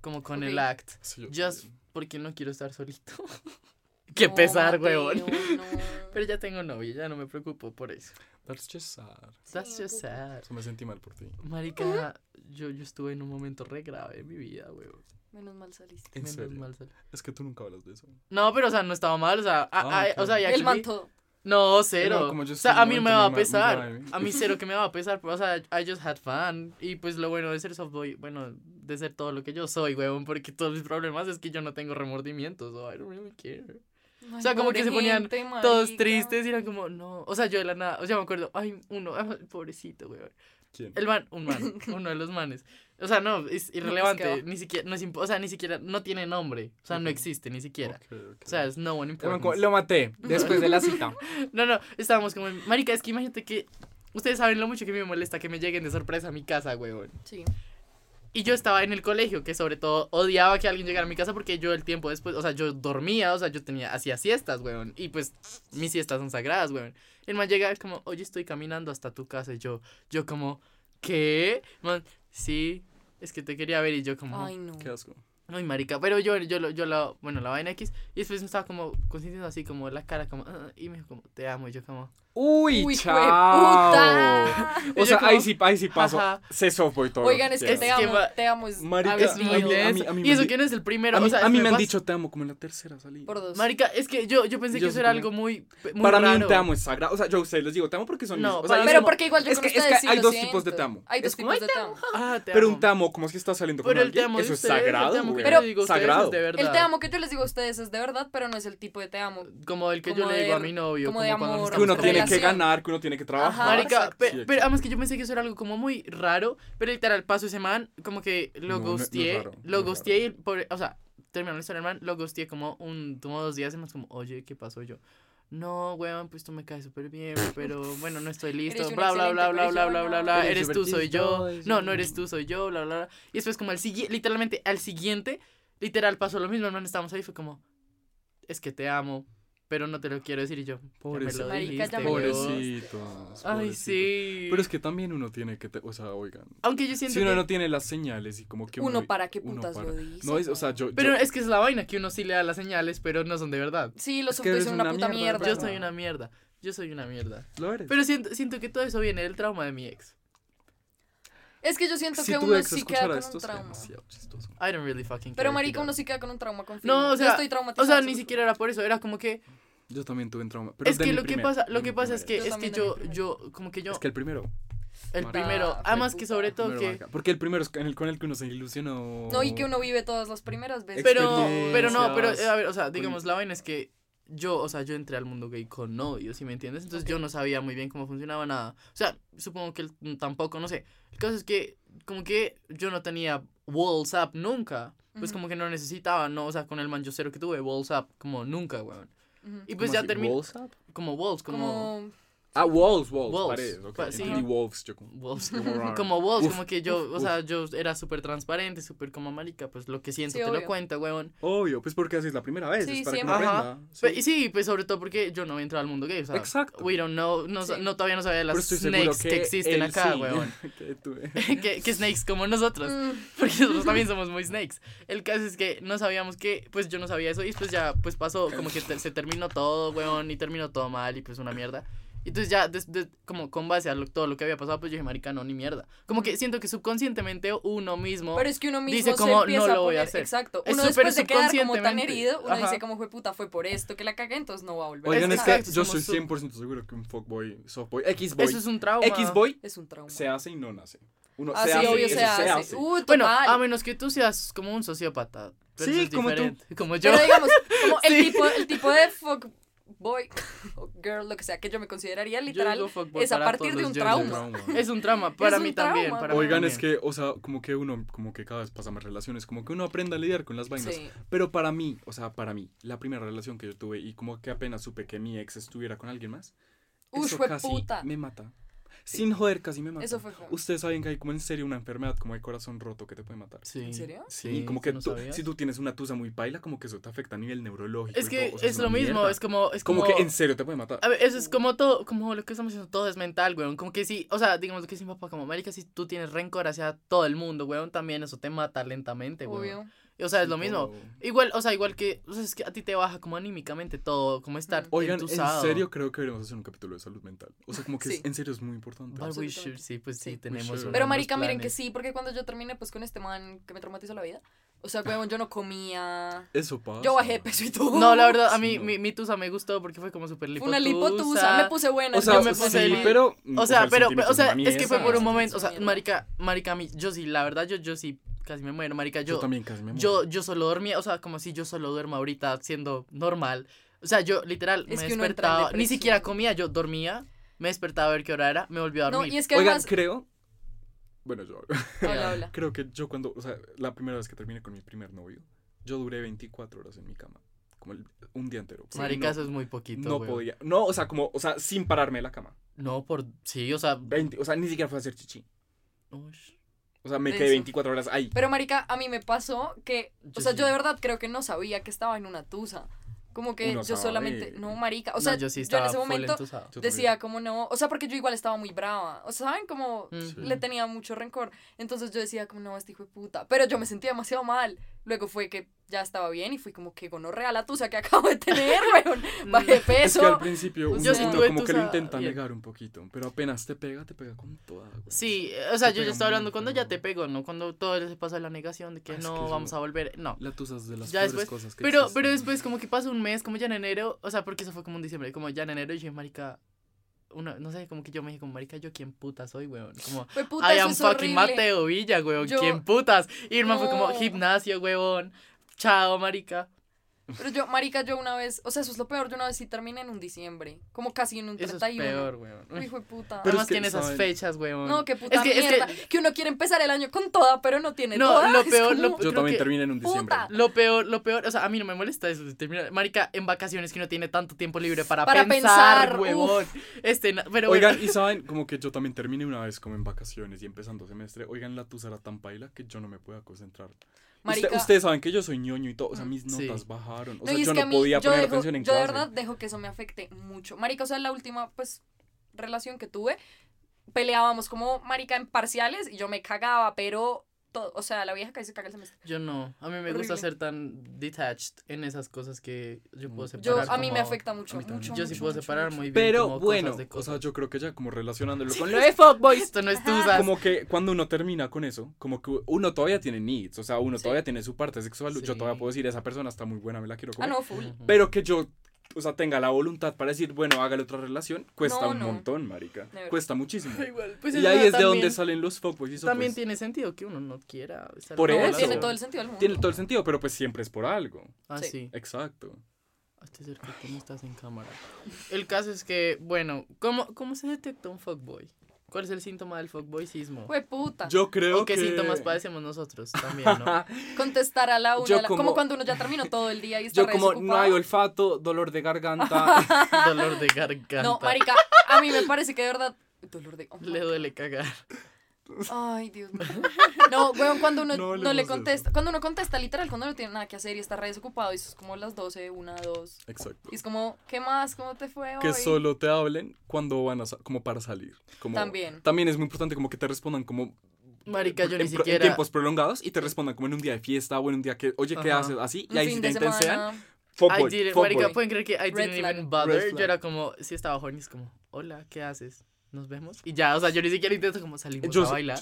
[SPEAKER 1] como con el
[SPEAKER 2] Ok.
[SPEAKER 1] act.
[SPEAKER 3] Sí, yo
[SPEAKER 1] Just
[SPEAKER 3] también.
[SPEAKER 1] porque no quiero estar solito. Qué
[SPEAKER 2] No,
[SPEAKER 1] pesar,
[SPEAKER 2] Mateo,
[SPEAKER 1] huevón.
[SPEAKER 2] no.
[SPEAKER 1] Pero ya tengo novia, ya no me preocupo por eso.
[SPEAKER 3] That's just sad.
[SPEAKER 1] That's
[SPEAKER 2] Sí,
[SPEAKER 1] just
[SPEAKER 2] un poco.
[SPEAKER 1] sad.
[SPEAKER 3] O sea, me sentí mal por ti.
[SPEAKER 1] Marica, yo, yo estuve en un momento re grave en mi vida, huevón.
[SPEAKER 2] Menos mal saliste.
[SPEAKER 3] En
[SPEAKER 1] Menos
[SPEAKER 3] serio.
[SPEAKER 1] mal sal-
[SPEAKER 3] Es que tú nunca hablas de eso.
[SPEAKER 1] No, pero o sea, no estaba mal, o sea, a-
[SPEAKER 3] Ah,
[SPEAKER 1] a-
[SPEAKER 3] ok.
[SPEAKER 1] o sea, y
[SPEAKER 2] El
[SPEAKER 1] actually-
[SPEAKER 2] manto.
[SPEAKER 1] No, cero.
[SPEAKER 3] como yo
[SPEAKER 1] o sea,
[SPEAKER 3] estoy
[SPEAKER 1] a mí no me va a
[SPEAKER 3] muy mal- muy
[SPEAKER 1] pesar.
[SPEAKER 3] grave.
[SPEAKER 1] A mí cero que me va a pesar, pero, o sea, I just had fun y pues lo bueno de ser softboy, bueno, de ser todo lo que yo soy, huevón, porque todos mis problemas es que yo no tengo remordimientos, so I don't really care. o sea, como que se ponían gente, todos tristes y eran como, no. O sea, yo de la nada, o sea, me acuerdo, ay, uno, ay, pobrecito, güey.
[SPEAKER 3] ¿Quién?
[SPEAKER 1] El man, un man, uno de los manes. O sea, no, es irrelevante, no, pues, ni siquiera, no es impo o sea, ni siquiera, no tiene nombre, o sea, no existe, ni siquiera.
[SPEAKER 3] Okay, okay.
[SPEAKER 1] O sea, es no one importance.
[SPEAKER 4] Como, Lo maté después de la cita.
[SPEAKER 1] no, no, estábamos como, marica, es que imagínate que, ustedes saben lo mucho que me molesta que me lleguen de sorpresa a mi casa, güey.
[SPEAKER 2] Sí.
[SPEAKER 1] Y yo estaba en el colegio, que sobre todo odiaba que alguien llegara a mi casa porque yo el tiempo después, o sea, yo dormía, o sea, yo tenía, hacía siestas, weón. Y pues mis siestas son sagradas, weón. El man llega como, oye, estoy caminando hasta tu casa. Y yo, yo como, ¿qué? Man, sí, es que te quería ver. Y yo como,
[SPEAKER 2] ay, no.
[SPEAKER 3] Qué asco.
[SPEAKER 1] Ay, marica, pero yo, yo, yo, yo la, bueno, la vaina X, y después me estaba como consintiendo así, como la cara, como, uh, y me dijo como, te amo, y yo como,
[SPEAKER 4] uy, uy chao. O sea,
[SPEAKER 1] como,
[SPEAKER 4] ahí sí, ahí sí paso, se sopo y todo.
[SPEAKER 2] Oigan, es que
[SPEAKER 1] Es
[SPEAKER 2] te
[SPEAKER 1] que
[SPEAKER 2] amo,
[SPEAKER 1] va-
[SPEAKER 2] te amo, es
[SPEAKER 3] Marica,
[SPEAKER 2] hablar
[SPEAKER 3] es
[SPEAKER 2] de
[SPEAKER 3] muy
[SPEAKER 2] ello.
[SPEAKER 3] bien.
[SPEAKER 1] inglés,
[SPEAKER 3] mí- a mí
[SPEAKER 1] y
[SPEAKER 3] me
[SPEAKER 1] eso
[SPEAKER 3] di-
[SPEAKER 1] que no es el primero,
[SPEAKER 3] A mí,
[SPEAKER 1] o sea,
[SPEAKER 3] a
[SPEAKER 1] es
[SPEAKER 3] mí
[SPEAKER 1] que
[SPEAKER 3] me han
[SPEAKER 1] pas-
[SPEAKER 3] dicho te amo como en la tercera salida.
[SPEAKER 2] por dos.
[SPEAKER 1] Marica, es que yo, yo pensé
[SPEAKER 3] Yo
[SPEAKER 1] que eso
[SPEAKER 3] soy
[SPEAKER 1] era
[SPEAKER 3] como-
[SPEAKER 1] algo muy, muy
[SPEAKER 4] para mí
[SPEAKER 1] raro.
[SPEAKER 4] un te amo es sagrado. O sea, yo a ustedes les digo te amo porque son
[SPEAKER 1] No,
[SPEAKER 4] mis- o sea,
[SPEAKER 1] para
[SPEAKER 4] es
[SPEAKER 1] mí
[SPEAKER 2] Pero
[SPEAKER 4] como-
[SPEAKER 2] porque igual yo
[SPEAKER 4] es
[SPEAKER 2] con
[SPEAKER 4] que, es
[SPEAKER 2] ustedes
[SPEAKER 4] que
[SPEAKER 2] sí
[SPEAKER 4] hay
[SPEAKER 2] lo
[SPEAKER 4] dos
[SPEAKER 2] siento.
[SPEAKER 4] tipos de te amo.
[SPEAKER 2] Hay dos
[SPEAKER 4] Es como,
[SPEAKER 2] tipos de te amo.
[SPEAKER 1] Ah, te
[SPEAKER 4] Pero
[SPEAKER 1] amo.
[SPEAKER 4] un te amo, como es que estás saliendo con
[SPEAKER 1] Pero el te
[SPEAKER 4] alguien?
[SPEAKER 1] amo de
[SPEAKER 4] Eso es
[SPEAKER 1] ustedes, el te
[SPEAKER 4] sagrado,
[SPEAKER 1] amo que
[SPEAKER 4] güey.
[SPEAKER 1] yo le digo a ustedes es
[SPEAKER 4] sagrado.
[SPEAKER 1] de verdad.
[SPEAKER 2] El te amo que yo les digo a ustedes es de verdad, pero no es el tipo de te amo.
[SPEAKER 1] Como el que yo
[SPEAKER 2] como
[SPEAKER 1] le
[SPEAKER 2] de-
[SPEAKER 1] digo a mi novio.
[SPEAKER 2] como de
[SPEAKER 1] cuando nos
[SPEAKER 2] amor,
[SPEAKER 4] Que uno
[SPEAKER 1] estamos
[SPEAKER 4] tiene que
[SPEAKER 2] relación.
[SPEAKER 4] ganar, que uno tiene que trabajar.
[SPEAKER 2] Ajá.
[SPEAKER 1] Marica,
[SPEAKER 2] exacto.
[SPEAKER 1] pe-
[SPEAKER 3] Sí,
[SPEAKER 1] pero
[SPEAKER 3] exacto.
[SPEAKER 1] además que yo pensé que eso era algo como muy raro, pero literal pasó ese man, como que lo
[SPEAKER 3] No, no- no es
[SPEAKER 1] ghosteé,
[SPEAKER 3] raro, no
[SPEAKER 1] lo
[SPEAKER 3] es
[SPEAKER 1] ghosteé y el pobre, o sea, terminó la historia del man, lo ghosteé como un, como dos días y más como, oye, ¿qué pasó yo? No, weón, pues tú me caes súper bien, pero bueno, no estoy listo,
[SPEAKER 2] Eres un
[SPEAKER 1] bla, bla, bla,
[SPEAKER 2] excelente
[SPEAKER 1] bla, bla, bla, bla, bla,
[SPEAKER 4] Eres
[SPEAKER 1] eres tú, soy yo,
[SPEAKER 4] divertido,
[SPEAKER 1] no,
[SPEAKER 4] sí.
[SPEAKER 1] no eres tú, soy yo, bla, bla, bla, y después como al siguiente, literalmente al siguiente, literal pasó lo mismo, el man, estábamos ahí, fue como, es que te amo, pero no te lo quiero decir, y yo, pobre, me
[SPEAKER 3] Pobrecito.
[SPEAKER 1] lo
[SPEAKER 2] Marica,
[SPEAKER 1] dijiste,
[SPEAKER 2] ya me
[SPEAKER 1] weón".
[SPEAKER 3] Pobrecitos.
[SPEAKER 1] Ay,
[SPEAKER 3] pobrecitos.
[SPEAKER 1] sí.
[SPEAKER 3] Pero es que también uno tiene que, te- o sea, oigan,
[SPEAKER 1] Aunque yo siento
[SPEAKER 3] si uno
[SPEAKER 1] que...
[SPEAKER 3] no tiene las señales y como que
[SPEAKER 2] Uno
[SPEAKER 3] uno-
[SPEAKER 2] para qué
[SPEAKER 3] uno
[SPEAKER 2] putas
[SPEAKER 3] para-
[SPEAKER 2] lo dice.
[SPEAKER 3] No es, o sea, yo
[SPEAKER 1] Pero
[SPEAKER 3] yo-
[SPEAKER 1] es que es la vaina, que uno sí le da las señales, pero no son de verdad.
[SPEAKER 2] Sí, los
[SPEAKER 3] Es que
[SPEAKER 2] subtes
[SPEAKER 3] eres
[SPEAKER 2] son una
[SPEAKER 3] una
[SPEAKER 2] puta
[SPEAKER 3] mierda,
[SPEAKER 2] mierda.
[SPEAKER 1] Yo soy una mierda. Yo soy una mierda.
[SPEAKER 3] lo eres.
[SPEAKER 1] Pero siento, siento que todo eso viene del trauma de mi ex.
[SPEAKER 2] Es que yo siento
[SPEAKER 3] si
[SPEAKER 2] que
[SPEAKER 3] tu
[SPEAKER 2] uno
[SPEAKER 3] ex
[SPEAKER 2] sí
[SPEAKER 3] escuchara
[SPEAKER 2] queda con
[SPEAKER 3] esto,
[SPEAKER 2] un
[SPEAKER 3] sería
[SPEAKER 2] trauma.
[SPEAKER 3] demasiado chistoso.
[SPEAKER 1] I don't really fucking care.
[SPEAKER 2] Pero marica,
[SPEAKER 1] you
[SPEAKER 2] uno
[SPEAKER 1] know.
[SPEAKER 2] sí queda con un trauma con
[SPEAKER 1] No, o sea,
[SPEAKER 2] Yo estoy
[SPEAKER 1] O
[SPEAKER 2] traumatizada.
[SPEAKER 1] sea, ni siquiera era por eso, era como que
[SPEAKER 3] Yo también tuve un trauma, pero
[SPEAKER 1] es
[SPEAKER 3] de
[SPEAKER 1] que
[SPEAKER 3] mi
[SPEAKER 1] lo que
[SPEAKER 3] primero,
[SPEAKER 1] pasa,
[SPEAKER 3] de
[SPEAKER 1] lo
[SPEAKER 3] mi
[SPEAKER 1] que pasa es
[SPEAKER 3] primero.
[SPEAKER 1] que
[SPEAKER 2] Yo
[SPEAKER 1] es que
[SPEAKER 2] también
[SPEAKER 1] yo
[SPEAKER 2] de mi
[SPEAKER 1] yo como que yo
[SPEAKER 3] es que el primero,
[SPEAKER 1] el
[SPEAKER 3] Marica,
[SPEAKER 1] primero,
[SPEAKER 2] fue
[SPEAKER 1] además que
[SPEAKER 2] puta.
[SPEAKER 1] sobre todo
[SPEAKER 3] primero
[SPEAKER 1] que
[SPEAKER 3] marca, porque el primero es con el con el que uno se ilusionó.
[SPEAKER 2] No, y que uno vive todas las primeras veces.
[SPEAKER 1] pero pero no, pero
[SPEAKER 3] experiencias,
[SPEAKER 1] eh, a ver, o sea, digamos
[SPEAKER 3] con-
[SPEAKER 1] la vaina es que yo, o sea, yo entré al mundo gay con novios, ¿sí me entiendes? Entonces yo no sabía muy bien cómo funcionaba nada. O sea, supongo que él mm, tampoco, no sé. El caso es que como que yo no tenía walls up nunca. Pues
[SPEAKER 2] Ujú.
[SPEAKER 1] como que no necesitaba, no, o sea, con el man yo cero que tuve walls up como nunca, weón.
[SPEAKER 2] Ujú.
[SPEAKER 1] Y pues
[SPEAKER 3] ¿Cómo
[SPEAKER 1] ya
[SPEAKER 3] así?
[SPEAKER 1] terminó
[SPEAKER 3] ¿Walls up?
[SPEAKER 1] como walls, como
[SPEAKER 2] Como.
[SPEAKER 4] Ah, walls, walls,
[SPEAKER 1] Walls.
[SPEAKER 4] paredes, ok.
[SPEAKER 1] Pa- sí.
[SPEAKER 3] Entendí wolves, yo como
[SPEAKER 1] walls.
[SPEAKER 3] como raro.
[SPEAKER 1] Como walls,
[SPEAKER 3] Uf,
[SPEAKER 1] como que yo,
[SPEAKER 3] uf,
[SPEAKER 1] o
[SPEAKER 3] uf.
[SPEAKER 1] sea, yo era súper transparente, súper como marica, pues lo que siento
[SPEAKER 2] Sí,
[SPEAKER 1] te lo
[SPEAKER 2] obvio.
[SPEAKER 1] cuento, weón.
[SPEAKER 3] Obvio, pues porque así es la primera vez,
[SPEAKER 2] Sí,
[SPEAKER 3] es para que uno
[SPEAKER 2] siempre.
[SPEAKER 1] Ajá.
[SPEAKER 3] aprenda.
[SPEAKER 1] Pe- Y sí, pues sobre todo porque yo no había entrado al mundo gay, o sea,
[SPEAKER 3] Exacto.
[SPEAKER 1] we don't know, no, sa-
[SPEAKER 2] Sí.
[SPEAKER 1] no todavía no sabía de las
[SPEAKER 3] Pero estoy seguro
[SPEAKER 1] snakes que, existen
[SPEAKER 3] él
[SPEAKER 1] acá,
[SPEAKER 3] sí,
[SPEAKER 1] weón.
[SPEAKER 3] que tú-
[SPEAKER 1] que, que snakes como nosotros,
[SPEAKER 2] mm,
[SPEAKER 1] porque nosotros también somos muy snakes. El caso es que no sabíamos que, pues yo no sabía eso y pues ya, pues pasó, como que te- se terminó todo, weón, y terminó todo mal y pues una mierda. Y entonces ya, des- des- como con base a lo- todo lo que había pasado, pues yo dije, marica, no, ni mierda. Como que siento que subconscientemente uno mismo...
[SPEAKER 2] Pero es que uno mismo
[SPEAKER 1] Dice
[SPEAKER 2] se
[SPEAKER 1] como,
[SPEAKER 2] empieza
[SPEAKER 1] "No
[SPEAKER 2] a
[SPEAKER 1] lo voy a
[SPEAKER 2] poner-
[SPEAKER 1] hacer".
[SPEAKER 2] Exacto.
[SPEAKER 1] Es
[SPEAKER 2] uno
[SPEAKER 1] súper
[SPEAKER 2] después de quedar como tan
[SPEAKER 1] subconscientemente.
[SPEAKER 2] herido, uno
[SPEAKER 1] Ajá.
[SPEAKER 2] dice como fue puta, fue por esto que la cagué, entonces no va a volver.
[SPEAKER 3] Oigan,
[SPEAKER 2] a
[SPEAKER 3] es
[SPEAKER 2] pasar".
[SPEAKER 3] que
[SPEAKER 1] Exacto,
[SPEAKER 3] yo
[SPEAKER 1] somos
[SPEAKER 3] soy
[SPEAKER 1] su-
[SPEAKER 3] 100% seguro que un fuckboy, softboy, X-boy,
[SPEAKER 1] eso es un trauma. Ah,
[SPEAKER 4] X-boy
[SPEAKER 2] Es un trauma.
[SPEAKER 4] se hace y no nace. Uno
[SPEAKER 2] Así
[SPEAKER 4] se hace,
[SPEAKER 2] obvio
[SPEAKER 4] eso
[SPEAKER 2] se hace. Uh,
[SPEAKER 1] Bueno,
[SPEAKER 2] total.
[SPEAKER 1] a menos que tú seas como un sociópata. pero
[SPEAKER 3] Sí,
[SPEAKER 1] eso es
[SPEAKER 3] como tú.
[SPEAKER 1] diferente. Como yo.
[SPEAKER 2] Pero digamos, como el,
[SPEAKER 1] Sí.
[SPEAKER 2] tipo, el tipo de fuck boy o girl, lo que sea, que yo me consideraría literal,
[SPEAKER 1] digo fuckboy
[SPEAKER 2] es a
[SPEAKER 1] para
[SPEAKER 2] partir
[SPEAKER 1] todos
[SPEAKER 2] de
[SPEAKER 1] los
[SPEAKER 2] un
[SPEAKER 1] genders.
[SPEAKER 2] trauma.
[SPEAKER 1] Es un trauma para
[SPEAKER 2] un
[SPEAKER 1] mí también.
[SPEAKER 2] trauma.
[SPEAKER 1] Para mí
[SPEAKER 3] Oigan,
[SPEAKER 1] también.
[SPEAKER 3] es que, o sea, como que uno, como que cada vez pasa más relaciones, como que uno aprende a lidiar con las vainas.
[SPEAKER 2] sí.
[SPEAKER 3] Pero para mí, o sea, para mí, la primera relación que yo tuve y como que apenas supe que mi ex estuviera con alguien más,
[SPEAKER 2] Ush,
[SPEAKER 3] eso
[SPEAKER 2] fue
[SPEAKER 3] casi
[SPEAKER 2] puta.
[SPEAKER 3] me mata. Sin joder, casi me mata.
[SPEAKER 2] Eso fue feo.
[SPEAKER 3] Ustedes saben que hay como en serio una enfermedad como de corazón roto que te puede matar.
[SPEAKER 1] Sí.
[SPEAKER 2] ¿En serio?
[SPEAKER 3] Sí,
[SPEAKER 1] Sí,
[SPEAKER 3] como
[SPEAKER 1] ¿tú
[SPEAKER 3] que
[SPEAKER 1] no
[SPEAKER 3] tú-
[SPEAKER 1] sabías?
[SPEAKER 3] si tú tienes una tusa muy paila, como que eso te afecta a nivel neurológico.
[SPEAKER 1] Es
[SPEAKER 3] y
[SPEAKER 1] que
[SPEAKER 3] todo, o sea,
[SPEAKER 1] es
[SPEAKER 3] una
[SPEAKER 1] lo mismo,
[SPEAKER 3] mierda.
[SPEAKER 1] es como. Es
[SPEAKER 3] como
[SPEAKER 1] como,
[SPEAKER 3] que en serio te puede matar.
[SPEAKER 1] A ver, eso es como todo, como lo que estamos haciendo, todo es mental, weón. Como que sí, o sea, digamos lo que dice mi papá, como marica, si tú tienes rencor hacia todo el mundo, weón, también eso te mata lentamente, weón.
[SPEAKER 2] Obvio.
[SPEAKER 1] O sea, es
[SPEAKER 3] Y
[SPEAKER 1] lo mismo.
[SPEAKER 3] todo.
[SPEAKER 1] Igual, o sea, igual que, o sea, es que a ti te baja como anímicamente todo, como estar
[SPEAKER 3] Oigan, en
[SPEAKER 1] entusado.
[SPEAKER 3] serio creo que deberíamos hacer un capítulo de salud mental. O sea, como que es-
[SPEAKER 2] Sí.
[SPEAKER 3] en serio es muy importante.
[SPEAKER 1] But we
[SPEAKER 2] Absolutamente.
[SPEAKER 1] should, sí, pues sí,
[SPEAKER 2] Sí.
[SPEAKER 1] tenemos
[SPEAKER 3] should.
[SPEAKER 1] uno
[SPEAKER 2] Pero
[SPEAKER 1] en los
[SPEAKER 2] marica, miren que
[SPEAKER 1] planes.
[SPEAKER 2] sí, porque cuando yo terminé pues con este man que me traumatizó la vida,
[SPEAKER 1] Ah.
[SPEAKER 2] o sea, huevón, yo no comía,
[SPEAKER 3] Eso pasa.
[SPEAKER 2] yo bajé de peso y todo.
[SPEAKER 1] No, la verdad, a
[SPEAKER 3] Sí,
[SPEAKER 1] mí
[SPEAKER 3] no.
[SPEAKER 1] mi, mi tusa me gustó porque fue como súper lipotusa.
[SPEAKER 2] Una lipotusa, me puse buena.
[SPEAKER 3] O sea,
[SPEAKER 1] Ah, yo me puse
[SPEAKER 3] sí,
[SPEAKER 1] bien.
[SPEAKER 3] pero...
[SPEAKER 1] O sea,
[SPEAKER 3] el
[SPEAKER 1] pero,
[SPEAKER 3] sentimiento
[SPEAKER 1] o sea,
[SPEAKER 3] una
[SPEAKER 1] es que fue
[SPEAKER 3] mierda.
[SPEAKER 1] por un momento, o sea,
[SPEAKER 2] Mierda.
[SPEAKER 1] marica, marica, a mí, yo sí, la verdad, yo, yo sí casi me muero, marica,
[SPEAKER 3] Yo
[SPEAKER 1] yo,
[SPEAKER 3] también casi me muero.
[SPEAKER 1] yo, yo solo dormía, o sea, como si yo solo duermo ahorita siendo normal, O sea, yo literal
[SPEAKER 2] Es
[SPEAKER 1] me
[SPEAKER 2] que uno entra en
[SPEAKER 1] despertaba, ni
[SPEAKER 2] depresión.
[SPEAKER 1] siquiera comía, yo dormía, me despertaba a ver qué hora era, me volvía a
[SPEAKER 2] No,
[SPEAKER 1] dormir.
[SPEAKER 2] y es que
[SPEAKER 4] Oigan,
[SPEAKER 2] además.
[SPEAKER 4] creo.
[SPEAKER 3] Bueno, yo
[SPEAKER 2] Habla, habla.
[SPEAKER 3] creo que yo cuando, o sea, la primera vez que terminé con mi primer novio, yo duré 24 horas en mi cama, como el- un día entero. porque
[SPEAKER 1] Marica,
[SPEAKER 3] no-
[SPEAKER 1] eso es muy poquito,
[SPEAKER 3] no
[SPEAKER 1] weón.
[SPEAKER 3] podía. No, o sea, como, o sea, sin pararme de la cama.
[SPEAKER 1] No, por, sí, o sea,
[SPEAKER 3] 20, o sea, ni siquiera fue a hacer chichi.
[SPEAKER 1] ush.
[SPEAKER 3] O sea, me
[SPEAKER 2] Denso.
[SPEAKER 3] quedé 24 horas ahí.
[SPEAKER 2] Pero, Marica, a mí me pasó que.
[SPEAKER 1] Yo
[SPEAKER 2] o sea,
[SPEAKER 1] sí.
[SPEAKER 2] yo de verdad creo que no sabía que estaba en una tusa. Como que
[SPEAKER 3] Uno
[SPEAKER 2] yo
[SPEAKER 3] sabe.
[SPEAKER 2] solamente. No, Marica. O sea,
[SPEAKER 1] no, yo sí
[SPEAKER 2] en
[SPEAKER 1] estaba
[SPEAKER 2] ese
[SPEAKER 1] full
[SPEAKER 2] momento
[SPEAKER 1] entusado.
[SPEAKER 3] Yo
[SPEAKER 2] decía como no. O sea, porque yo igual estaba muy brava. O sea, ¿saben? Como.
[SPEAKER 1] Mm.
[SPEAKER 3] Sí.
[SPEAKER 2] le tenía mucho rencor. Entonces yo decía como, no, este hijo de puta. Pero yo me sentía demasiado mal. Luego fue que ya estaba bien y fui como que gonorrea la tusa que acabo de tener, weón. Bajé de
[SPEAKER 3] Es que al
[SPEAKER 2] peso.
[SPEAKER 3] principio
[SPEAKER 1] O
[SPEAKER 3] uno,
[SPEAKER 1] sea,
[SPEAKER 2] sí
[SPEAKER 3] uno
[SPEAKER 1] Mm. tuve
[SPEAKER 3] como que lo
[SPEAKER 1] tusa
[SPEAKER 3] intenta
[SPEAKER 1] bien.
[SPEAKER 3] negar un poquito, pero apenas te pega, te pega con toda. güey.
[SPEAKER 1] Sí, eh, o sea,
[SPEAKER 3] Te
[SPEAKER 1] yo ya
[SPEAKER 3] pega
[SPEAKER 1] estaba hablando
[SPEAKER 3] muy
[SPEAKER 1] cuando
[SPEAKER 3] feo.
[SPEAKER 1] ya te pego, no cuando todo se pasa la negación de que
[SPEAKER 3] Ah, es
[SPEAKER 1] no
[SPEAKER 3] que eso-
[SPEAKER 1] vamos a volver, no.
[SPEAKER 3] La tusa es de las
[SPEAKER 1] Ya
[SPEAKER 3] peores
[SPEAKER 1] después-
[SPEAKER 3] cosas que
[SPEAKER 1] Pero,
[SPEAKER 3] existen.
[SPEAKER 1] pero después como que pasó un mes, como ya en enero, o sea, porque eso fue como en diciembre, como ya en enero y yo, marica, una, no sé, como que yo me dije, como, marica, yo quién puta soy, weón, como,
[SPEAKER 2] Fue puta,
[SPEAKER 1] I
[SPEAKER 2] eso
[SPEAKER 1] am
[SPEAKER 2] es
[SPEAKER 1] fucking
[SPEAKER 2] horrible.
[SPEAKER 1] Mateo Villa, weón,
[SPEAKER 2] Yo-
[SPEAKER 1] quién putas, y Irma fue como,
[SPEAKER 2] No.
[SPEAKER 1] gimnasio, weón, chao, marica,
[SPEAKER 2] Pero yo, marica, yo una vez, o sea, eso es lo peor, yo una vez sí terminé en un diciembre, como casi en un
[SPEAKER 1] eso es
[SPEAKER 2] 31.
[SPEAKER 1] peor, weón.
[SPEAKER 2] Uy, hijo de puta.
[SPEAKER 3] Pero
[SPEAKER 1] Además
[SPEAKER 3] es que,
[SPEAKER 1] que en esas
[SPEAKER 3] ¿saben?
[SPEAKER 1] fechas, weón.
[SPEAKER 2] no, qué puta
[SPEAKER 1] es que- es que-
[SPEAKER 2] mierda. que... uno quiere empezar el año con toda, pero no tiene
[SPEAKER 1] No,
[SPEAKER 2] toda.
[SPEAKER 1] lo
[SPEAKER 2] es
[SPEAKER 1] peor,
[SPEAKER 2] como-
[SPEAKER 1] lo
[SPEAKER 3] Yo
[SPEAKER 1] creo
[SPEAKER 3] también
[SPEAKER 1] que-
[SPEAKER 3] terminé en un diciembre.
[SPEAKER 2] Puta.
[SPEAKER 1] Lo peor, lo peor, o sea, a mí no me molesta eso de terminar. Marica, en vacaciones que uno tiene tanto tiempo libre para,
[SPEAKER 2] Para
[SPEAKER 1] pensar,
[SPEAKER 2] pensar,
[SPEAKER 1] huevón. Este, na- pero bueno,
[SPEAKER 3] Oigan, y saben, como que yo también terminé una vez como en vacaciones y empezando semestre. Oigan, la tusa era tan paila que yo no me podía concentrar. Usted-
[SPEAKER 2] Marica,
[SPEAKER 3] ustedes saben que yo soy ñoño y todo. O sea, mis
[SPEAKER 1] Sí.
[SPEAKER 3] notas bajaron. O
[SPEAKER 2] No,
[SPEAKER 3] sea,
[SPEAKER 2] y es
[SPEAKER 3] yo
[SPEAKER 2] que a
[SPEAKER 3] no
[SPEAKER 2] mí-
[SPEAKER 3] podía
[SPEAKER 2] yo
[SPEAKER 3] poner
[SPEAKER 2] dejo-
[SPEAKER 3] atención en
[SPEAKER 2] Yo de
[SPEAKER 3] clase.
[SPEAKER 2] verdad dejo que eso me afecte mucho. Marica, o sea, la última, pues, relación que tuve, peleábamos como marica en parciales y yo me cagaba, pero, todo, o sea, la vieja casi se caga el semestre.
[SPEAKER 1] yo no. A mí me
[SPEAKER 2] Horrible.
[SPEAKER 1] gusta ser tan detached en esas cosas que yo puedo
[SPEAKER 3] Mm.
[SPEAKER 1] separar.
[SPEAKER 2] Yo, a mí me
[SPEAKER 1] como-
[SPEAKER 2] afecta mucho,
[SPEAKER 3] a mí también.
[SPEAKER 2] mucho,
[SPEAKER 1] Yo sí
[SPEAKER 2] mucho,
[SPEAKER 1] puedo
[SPEAKER 2] mucho,
[SPEAKER 1] separar
[SPEAKER 2] mucho.
[SPEAKER 1] muy bien.
[SPEAKER 4] Pero
[SPEAKER 1] como
[SPEAKER 4] bueno,
[SPEAKER 1] cosas de
[SPEAKER 3] O
[SPEAKER 1] cosas.
[SPEAKER 3] sea, yo creo que ya como relacionándolo con Ah,
[SPEAKER 1] lo de fuckboys. Esto no es tusa.
[SPEAKER 3] Como que cuando uno termina con eso, como que uno todavía tiene needs, o sea, uno
[SPEAKER 2] Sí.
[SPEAKER 3] todavía tiene su parte sexual. Yo
[SPEAKER 1] Sí.
[SPEAKER 3] todavía puedo decir, esa persona está muy buena, me la quiero
[SPEAKER 2] Ah,
[SPEAKER 3] comer.
[SPEAKER 2] no, full.
[SPEAKER 1] Ujú.
[SPEAKER 3] Pero que yo, o sea, tenga la voluntad para decir, bueno, hágale otra relación, cuesta
[SPEAKER 2] No,
[SPEAKER 3] un
[SPEAKER 2] no.
[SPEAKER 3] montón, marica.
[SPEAKER 2] verdad.
[SPEAKER 3] Cuesta muchísimo.
[SPEAKER 1] Igual, pues
[SPEAKER 3] y ahí
[SPEAKER 1] verdad,
[SPEAKER 3] es de donde
[SPEAKER 1] también-
[SPEAKER 3] salen los fuckboys y
[SPEAKER 1] También
[SPEAKER 3] softboys.
[SPEAKER 1] tiene sentido que uno no quiera. estar
[SPEAKER 3] Por
[SPEAKER 1] en una
[SPEAKER 2] No,
[SPEAKER 3] eso.
[SPEAKER 2] Tiene
[SPEAKER 1] relación.
[SPEAKER 2] todo el sentido del mundo.
[SPEAKER 3] Tiene todo el sentido, pero pues siempre es por algo.
[SPEAKER 1] Ah,
[SPEAKER 2] Sí.
[SPEAKER 1] sí.
[SPEAKER 3] Exacto.
[SPEAKER 1] Hazte cerca, tú no estás en cámara. El caso es que, bueno, ¿cómo, cómo se detecta un fuckboy? ¿Cuál es el síntoma del fuckboysismo?
[SPEAKER 2] Fue puta.
[SPEAKER 3] Yo creo
[SPEAKER 1] ¿O qué
[SPEAKER 3] que...
[SPEAKER 1] síntomas padecemos nosotros también, no?
[SPEAKER 2] Contestar a la una,
[SPEAKER 3] Yo
[SPEAKER 2] a la- como,
[SPEAKER 3] como-
[SPEAKER 2] cuando uno ya terminó todo el día y está
[SPEAKER 3] Yo
[SPEAKER 2] re
[SPEAKER 3] como no
[SPEAKER 2] desocupado.
[SPEAKER 3] hay olfato, dolor de garganta.
[SPEAKER 1] Dolor de garganta.
[SPEAKER 2] No, marica, a mí me parece que de verdad... Dolor de... oh my
[SPEAKER 1] Le duele cagar.
[SPEAKER 2] Ay, Dios mío. No, weón, cuando uno
[SPEAKER 3] No
[SPEAKER 2] no,
[SPEAKER 3] hablemos de
[SPEAKER 2] le
[SPEAKER 3] eso.
[SPEAKER 2] contesta, cuando uno contesta literal, cuando no tiene nada que hacer y está re desocupado, y eso es como las 12, 1, 2.
[SPEAKER 3] Exacto.
[SPEAKER 2] Y es como, ¿qué más? ¿Cómo te fue hoy?
[SPEAKER 3] Que solo te hablen cuando van a sa- como para salir. Como,
[SPEAKER 2] También.
[SPEAKER 3] También es muy importante como que te respondan como
[SPEAKER 1] Marica, yo ni
[SPEAKER 3] en, pro- en
[SPEAKER 1] siquiera.
[SPEAKER 3] tiempos prolongados y te respondan como en un día de fiesta o en un día que, oye, ¿qué
[SPEAKER 1] Ajá.
[SPEAKER 3] haces? Así, y
[SPEAKER 2] Un
[SPEAKER 3] ahí
[SPEAKER 2] fin
[SPEAKER 3] si te
[SPEAKER 2] de semana.
[SPEAKER 3] intensean,
[SPEAKER 1] I
[SPEAKER 3] fuckboy,
[SPEAKER 1] didn't-
[SPEAKER 3] fuckboy.
[SPEAKER 1] marica, pueden creer que I
[SPEAKER 2] Red
[SPEAKER 1] didn't
[SPEAKER 2] flag.
[SPEAKER 1] even
[SPEAKER 3] Red
[SPEAKER 1] bother.
[SPEAKER 3] flag.
[SPEAKER 1] Yo era como, si estaba horny, es como, hola, ¿qué haces? ¿Nos vemos? Y ya, o sea, yo ni siquiera intento como salimos
[SPEAKER 3] Yo
[SPEAKER 1] a
[SPEAKER 3] so-
[SPEAKER 1] bailar.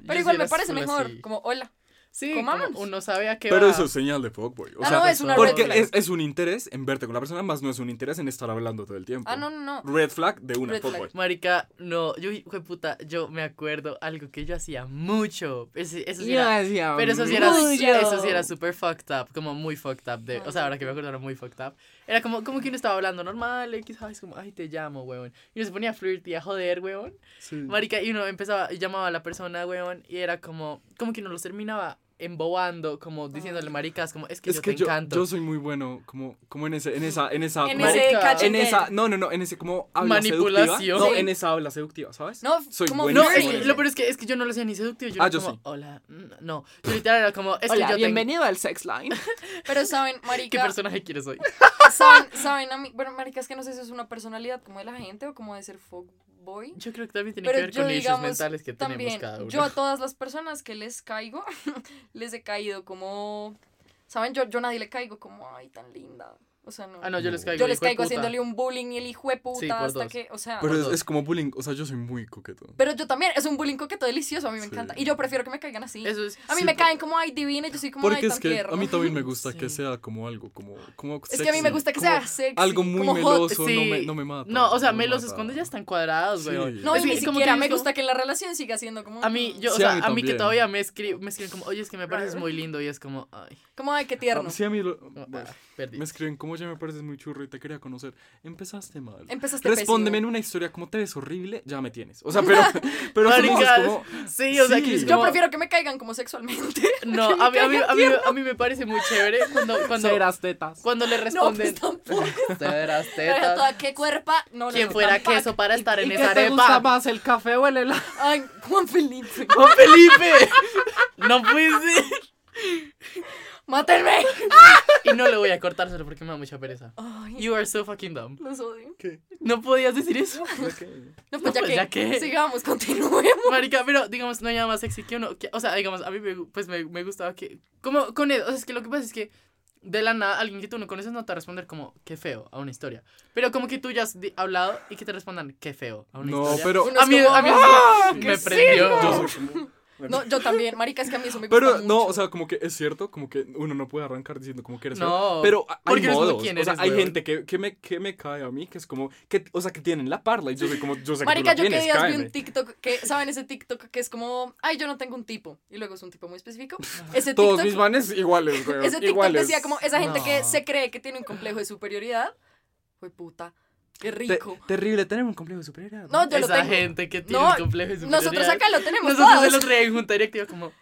[SPEAKER 2] Pero
[SPEAKER 1] Yo
[SPEAKER 2] igual
[SPEAKER 1] sí
[SPEAKER 2] me
[SPEAKER 1] era
[SPEAKER 2] parece
[SPEAKER 1] full
[SPEAKER 2] mejor,
[SPEAKER 1] así.
[SPEAKER 2] como, hola.
[SPEAKER 1] Sí, como
[SPEAKER 2] Comamos.
[SPEAKER 1] uno sabe a qué
[SPEAKER 3] Pero
[SPEAKER 1] va.
[SPEAKER 3] eso es señal de fuckboy. O
[SPEAKER 2] Ah,
[SPEAKER 3] sea,
[SPEAKER 2] no, es una
[SPEAKER 1] porque
[SPEAKER 2] red
[SPEAKER 3] porque
[SPEAKER 2] flag.
[SPEAKER 3] es, es un interés en verte con la persona, más no es un interés en estar hablando todo el tiempo.
[SPEAKER 2] Ah, no, no, no.
[SPEAKER 3] Red flag de una
[SPEAKER 2] Red flag.
[SPEAKER 3] fuckboy.
[SPEAKER 1] Marica, no, yo, hijo de puta, yo me acuerdo algo que yo hacía mucho. Ese- eso sí era-
[SPEAKER 4] Gracias.
[SPEAKER 1] Pero eso sí era,
[SPEAKER 4] Mucho.
[SPEAKER 1] eso sí era super fucked up, como muy fucked up. De, o sea, ahora que me acuerdo era muy fucked up. Era como, como que uno estaba hablando normal, X, ay, es como, ay, te llamo, weón. Y uno se ponía a flirty, a joder, weón.
[SPEAKER 3] "Mm,
[SPEAKER 1] Marica, y uno empezaba, y llamaba a la persona, weón, y era como, como que uno los terminaba embobando, como
[SPEAKER 4] Ah.
[SPEAKER 1] diciéndole maricas, como, es que
[SPEAKER 3] Es
[SPEAKER 1] yo
[SPEAKER 3] que
[SPEAKER 1] te
[SPEAKER 3] yo,
[SPEAKER 1] encanto.
[SPEAKER 3] yo soy muy bueno como, como en ese, en esa, en esa,
[SPEAKER 2] En
[SPEAKER 3] como-
[SPEAKER 2] ese
[SPEAKER 1] Marica,
[SPEAKER 2] catch
[SPEAKER 3] en
[SPEAKER 2] and
[SPEAKER 3] esa,
[SPEAKER 2] get.
[SPEAKER 3] no, no, no, en ese como habla
[SPEAKER 1] Manipulación.
[SPEAKER 3] seductiva. No,
[SPEAKER 2] Sí.
[SPEAKER 3] en esa habla seductiva, ¿sabes?
[SPEAKER 2] No,
[SPEAKER 3] Soy
[SPEAKER 2] como
[SPEAKER 3] buenísimo
[SPEAKER 1] no, es
[SPEAKER 3] en
[SPEAKER 1] que,
[SPEAKER 3] eso.
[SPEAKER 1] lo peor es que, es que yo no lo hacía ni seductivo. Yo
[SPEAKER 3] Ah,
[SPEAKER 1] era
[SPEAKER 3] yo
[SPEAKER 1] como,
[SPEAKER 3] sí.
[SPEAKER 1] hola, mm, no. Yo literal era como, es
[SPEAKER 4] Hola,
[SPEAKER 1] que yo te
[SPEAKER 4] bienvenido al sex line.
[SPEAKER 2] Pero saben,
[SPEAKER 1] ¿Qué
[SPEAKER 2] marica,
[SPEAKER 1] personaje quieres hoy?
[SPEAKER 2] saben, saben a mí, bueno, marica, es que no sé si es una personalidad como de la gente o como de ser fuckboy.
[SPEAKER 1] Yo creo que también tiene
[SPEAKER 2] Pero
[SPEAKER 1] que ver
[SPEAKER 2] yo,
[SPEAKER 1] con issues
[SPEAKER 2] digamos,
[SPEAKER 1] mentales que tenemos
[SPEAKER 2] También,
[SPEAKER 1] cada uno.
[SPEAKER 2] yo a todas las personas que les caigo, les he caído como, saben, yo, yo a nadie le caigo como, ay, tan linda. O sea, no.
[SPEAKER 1] Ah, no, yo les caigo.
[SPEAKER 2] Yo les
[SPEAKER 1] hijo de
[SPEAKER 2] caigo
[SPEAKER 1] puta.
[SPEAKER 2] haciéndole un bullying y el hijo de puta
[SPEAKER 1] Sí, por
[SPEAKER 2] hasta
[SPEAKER 1] dos.
[SPEAKER 2] que, o sea,
[SPEAKER 3] Pero
[SPEAKER 1] Por
[SPEAKER 3] es,
[SPEAKER 1] dos.
[SPEAKER 3] es como bullying, o sea, yo soy muy coqueto.
[SPEAKER 2] pero yo también, es un bullying coqueto delicioso, a mí me
[SPEAKER 3] Sí.
[SPEAKER 2] encanta. Y yo prefiero que me caigan así.
[SPEAKER 1] Eso es.
[SPEAKER 2] a mí
[SPEAKER 3] sí,
[SPEAKER 2] me
[SPEAKER 3] pero-
[SPEAKER 2] caen como, ay, divina, y yo soy como, ay,
[SPEAKER 3] Porque
[SPEAKER 2] tan
[SPEAKER 3] es que a
[SPEAKER 2] tierno.
[SPEAKER 3] mí también me gusta que
[SPEAKER 1] Sí.
[SPEAKER 3] sea como algo, como, como
[SPEAKER 2] Es que a mí me gusta que
[SPEAKER 3] como
[SPEAKER 2] sea sexy.
[SPEAKER 3] algo muy
[SPEAKER 2] como hot.
[SPEAKER 3] meloso, no, me, no me mata.
[SPEAKER 1] No, o sea,
[SPEAKER 3] no
[SPEAKER 1] me los
[SPEAKER 3] mata. Ah,
[SPEAKER 1] esconde ya están cuadrados,
[SPEAKER 3] Sí.
[SPEAKER 1] weón.
[SPEAKER 2] No,
[SPEAKER 1] Es
[SPEAKER 2] y
[SPEAKER 1] que
[SPEAKER 2] ni
[SPEAKER 1] como que
[SPEAKER 2] siquiera me
[SPEAKER 1] digo-
[SPEAKER 2] gusta que la relación siga siendo como...
[SPEAKER 1] A mí, yo, o
[SPEAKER 3] Sí, a
[SPEAKER 1] sea,
[SPEAKER 3] mí
[SPEAKER 1] a mí que
[SPEAKER 3] también.
[SPEAKER 1] todavía me, escri me escriben como, oye, es que me pareces muy lindo y es como, ay,
[SPEAKER 2] Como, ay, qué tierno.
[SPEAKER 3] Sí, a mí lo-
[SPEAKER 1] no,
[SPEAKER 3] bueno,
[SPEAKER 1] ah, perdí.
[SPEAKER 3] me escriben como oye, me pareces muy churro y te quería conocer. Empezaste mal.
[SPEAKER 2] Empezaste
[SPEAKER 3] Respóndeme
[SPEAKER 2] pésimo.
[SPEAKER 3] en una historia como te ves horrible, ya me tienes. O sea, pero. pero como- es
[SPEAKER 1] Maricas,
[SPEAKER 3] como-
[SPEAKER 1] Sí, o sea,
[SPEAKER 3] Sí.
[SPEAKER 1] que es
[SPEAKER 2] Yo
[SPEAKER 1] como-
[SPEAKER 2] prefiero que me caigan como sexualmente.
[SPEAKER 1] No, a mí,
[SPEAKER 2] que me
[SPEAKER 1] a, mí,
[SPEAKER 2] caigan
[SPEAKER 1] a, mí,
[SPEAKER 2] tierno.
[SPEAKER 1] a mí me parece muy chévere cuando, cuando,
[SPEAKER 4] Serás tetas.
[SPEAKER 1] cuando le
[SPEAKER 2] No, pues
[SPEAKER 1] responden.
[SPEAKER 2] tampoco.
[SPEAKER 1] Serás
[SPEAKER 2] Pero
[SPEAKER 1] tetas.
[SPEAKER 2] toda qué cuerpa. No, no,
[SPEAKER 1] Quien
[SPEAKER 2] no,
[SPEAKER 1] fuera
[SPEAKER 2] tampoco.
[SPEAKER 1] queso para estar en
[SPEAKER 4] ¿Y
[SPEAKER 1] esa
[SPEAKER 4] qué te gusta
[SPEAKER 1] arepa.
[SPEAKER 4] más, el café o el helado?
[SPEAKER 2] Ay, Juan Felipe.
[SPEAKER 1] ¡Oh, Felipe! No pues, puede ser.
[SPEAKER 2] ¡Mátenme!
[SPEAKER 1] Y no le voy a cortar solo porque me da mucha pereza.
[SPEAKER 2] Ay,
[SPEAKER 1] You are so fucking dumb.
[SPEAKER 2] los odio.
[SPEAKER 3] ¿Qué?
[SPEAKER 1] No podías decir eso.
[SPEAKER 2] No, pues,
[SPEAKER 1] No,
[SPEAKER 2] ya,
[SPEAKER 1] pues,
[SPEAKER 2] que,
[SPEAKER 1] ya que.
[SPEAKER 2] Sigamos, continuemos.
[SPEAKER 1] Marica, pero digamos, no hay nada más sexy que uno. que- o sea, digamos, a mí me, gu- pues me, me gustaba que. Como con él. O sea, es que lo que pasa es que de la nada alguien que tú no conoces no te va a responder como qué feo a una historia. Pero como que tú ya has di- hablado y que te respondan qué feo a una
[SPEAKER 3] No,
[SPEAKER 1] historia.
[SPEAKER 3] pero.
[SPEAKER 2] Uno
[SPEAKER 1] A mí,
[SPEAKER 2] es como,
[SPEAKER 1] a mí
[SPEAKER 2] ¡ah,
[SPEAKER 1] me,
[SPEAKER 2] qué
[SPEAKER 1] me
[SPEAKER 2] sí!
[SPEAKER 1] prendió.
[SPEAKER 3] Yo soy como-
[SPEAKER 2] No, yo también, marica, es que a mí eso me gusta
[SPEAKER 3] Pero
[SPEAKER 2] mucho.
[SPEAKER 3] no, o sea, como que es cierto, como que uno no puede arrancar diciendo como que eres
[SPEAKER 1] No,
[SPEAKER 3] feo, Pero a- hay
[SPEAKER 1] Oh, porque eres como
[SPEAKER 3] modos,
[SPEAKER 1] quien
[SPEAKER 3] o sea,
[SPEAKER 1] eres,
[SPEAKER 3] hay
[SPEAKER 1] weón.
[SPEAKER 3] gente que, que, me, que me cae a mí, que es como, que, o sea, que tienen la parla y yo soy como, yo sé
[SPEAKER 2] Marica,
[SPEAKER 3] que tú
[SPEAKER 2] yo
[SPEAKER 3] la
[SPEAKER 2] que
[SPEAKER 3] tienes,
[SPEAKER 2] días vi
[SPEAKER 3] cáeme.
[SPEAKER 2] un TikTok que, ¿saben ese TikTok que es como, ay, yo no tengo un tipo? Y luego es un tipo muy específico. Ese
[SPEAKER 3] Todos
[SPEAKER 2] TikTok,
[SPEAKER 3] mis manes iguales, güey,
[SPEAKER 2] ese TikTok
[SPEAKER 3] iguales.
[SPEAKER 2] decía como, esa gente que
[SPEAKER 1] No.
[SPEAKER 2] se cree que tiene un complejo de superioridad. Fue puta, qué
[SPEAKER 3] Te-
[SPEAKER 2] rico.
[SPEAKER 3] terrible, tener un complejo de superioridad.
[SPEAKER 2] No, yo lo
[SPEAKER 1] Esa
[SPEAKER 2] tengo.
[SPEAKER 1] gente que tiene
[SPEAKER 2] No,
[SPEAKER 1] un complejo de
[SPEAKER 2] Nosotros
[SPEAKER 1] superioridad.
[SPEAKER 2] acá lo tenemos
[SPEAKER 1] Nosotros
[SPEAKER 2] todos.
[SPEAKER 1] se los traían junta directiva como.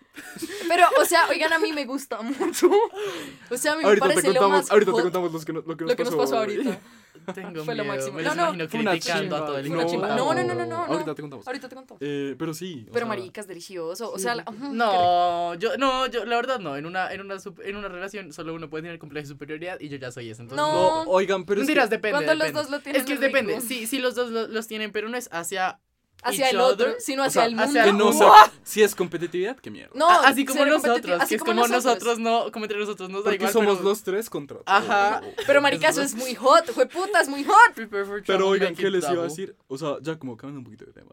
[SPEAKER 2] Pero, o sea, oigan, a mí me gusta mucho. O sea, a mí me
[SPEAKER 3] ahorita te
[SPEAKER 2] parece lo más
[SPEAKER 3] contamos, ahorita te
[SPEAKER 2] hot
[SPEAKER 3] contamos los que no- lo que nos
[SPEAKER 2] lo que nos pasó
[SPEAKER 3] güey.
[SPEAKER 2] ahorita.
[SPEAKER 1] Tengo
[SPEAKER 2] Fue lo
[SPEAKER 1] miedo.
[SPEAKER 2] máximo.
[SPEAKER 1] Me
[SPEAKER 2] No,
[SPEAKER 1] los
[SPEAKER 2] no.
[SPEAKER 1] imagino
[SPEAKER 3] Fue una
[SPEAKER 1] criticando a
[SPEAKER 3] chimba.
[SPEAKER 1] todo el
[SPEAKER 2] Fue una
[SPEAKER 1] mundo.
[SPEAKER 2] chimba. No, no, no, no, no.
[SPEAKER 3] Ahorita te contamos.
[SPEAKER 2] Ahorita te contamos.
[SPEAKER 3] Eh, pero sí. o
[SPEAKER 2] Pero
[SPEAKER 3] sea,
[SPEAKER 2] maricas, delicioso. O sea, la- ujú, qué rico.
[SPEAKER 1] No, yo, no, yo, la verdad no, en una, en una, sup- en una relación solo uno puede tener complejo de superioridad y yo ya soy eso, entonces...
[SPEAKER 2] No,
[SPEAKER 3] No, oigan, pero es que-
[SPEAKER 1] Mentiras, depende,
[SPEAKER 2] Cuando los
[SPEAKER 1] depende.
[SPEAKER 2] dos lo tienen,
[SPEAKER 1] Es que
[SPEAKER 2] es
[SPEAKER 1] depende,
[SPEAKER 2] rico.
[SPEAKER 1] sí, sí los dos lo- los tienen, pero no es hacia...
[SPEAKER 2] hacia
[SPEAKER 1] each
[SPEAKER 2] el otro,
[SPEAKER 1] other,
[SPEAKER 2] sino
[SPEAKER 3] o
[SPEAKER 2] hacia
[SPEAKER 3] sea,
[SPEAKER 2] el
[SPEAKER 1] hacia
[SPEAKER 2] mundo.
[SPEAKER 3] que
[SPEAKER 1] la-
[SPEAKER 3] no
[SPEAKER 1] ¡Wow!
[SPEAKER 3] sea, si es competitividad, qué mierda.
[SPEAKER 2] No,
[SPEAKER 1] A- así como
[SPEAKER 2] ser competitivo,
[SPEAKER 1] nosotros,
[SPEAKER 2] así
[SPEAKER 1] que es como nosotros no, como entre nosotros nos da
[SPEAKER 3] Porque
[SPEAKER 1] igual,
[SPEAKER 3] somos
[SPEAKER 1] pero...
[SPEAKER 3] los tres contra todos.
[SPEAKER 1] Ajá.
[SPEAKER 2] Pero marica, eso es muy hot, fue puta, es muy hot.
[SPEAKER 1] Prepare for
[SPEAKER 3] Pero
[SPEAKER 1] trouble,
[SPEAKER 3] oigan,
[SPEAKER 1] make
[SPEAKER 3] ¿qué
[SPEAKER 1] it
[SPEAKER 3] les iba a
[SPEAKER 1] double.
[SPEAKER 3] decir? O sea, ya como cambiando un poquito de tema.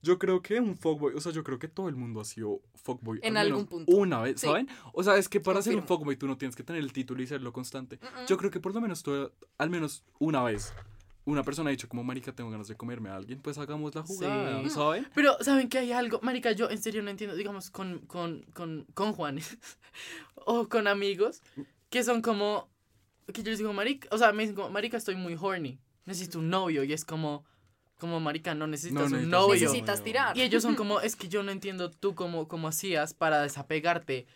[SPEAKER 3] Yo creo que un fuckboy, o sea, yo creo que todo el mundo ha sido fuckboy.
[SPEAKER 2] En
[SPEAKER 3] al menos
[SPEAKER 2] algún punto.
[SPEAKER 3] Una vez,
[SPEAKER 2] Sí.
[SPEAKER 3] ¿saben? O sea, es que para ser un
[SPEAKER 2] Confirmo.
[SPEAKER 3] fuckboy tú no tienes que tener el título y serlo constante.
[SPEAKER 2] Mm, mm.
[SPEAKER 3] Yo creo que por lo menos tú, al menos una vez, una persona ha dicho como, marica, tengo ganas de comerme a alguien, pues hagamos la jugada,
[SPEAKER 1] Sí.
[SPEAKER 3] ¿saben?
[SPEAKER 1] Pero, ¿saben que hay algo? Marica, yo en serio no entiendo, digamos, con, con, con, con Juanes o con amigos que son como, que yo les digo, marica, o sea, me dicen como, marica, estoy muy horny, necesito un novio, y es como, como, marica, no necesitas un
[SPEAKER 3] necesitas
[SPEAKER 1] novio.
[SPEAKER 2] Necesito. Necesitas tirar.
[SPEAKER 1] Y ellos son como, es que yo no entiendo tú cómo, cómo hacías para desapegarte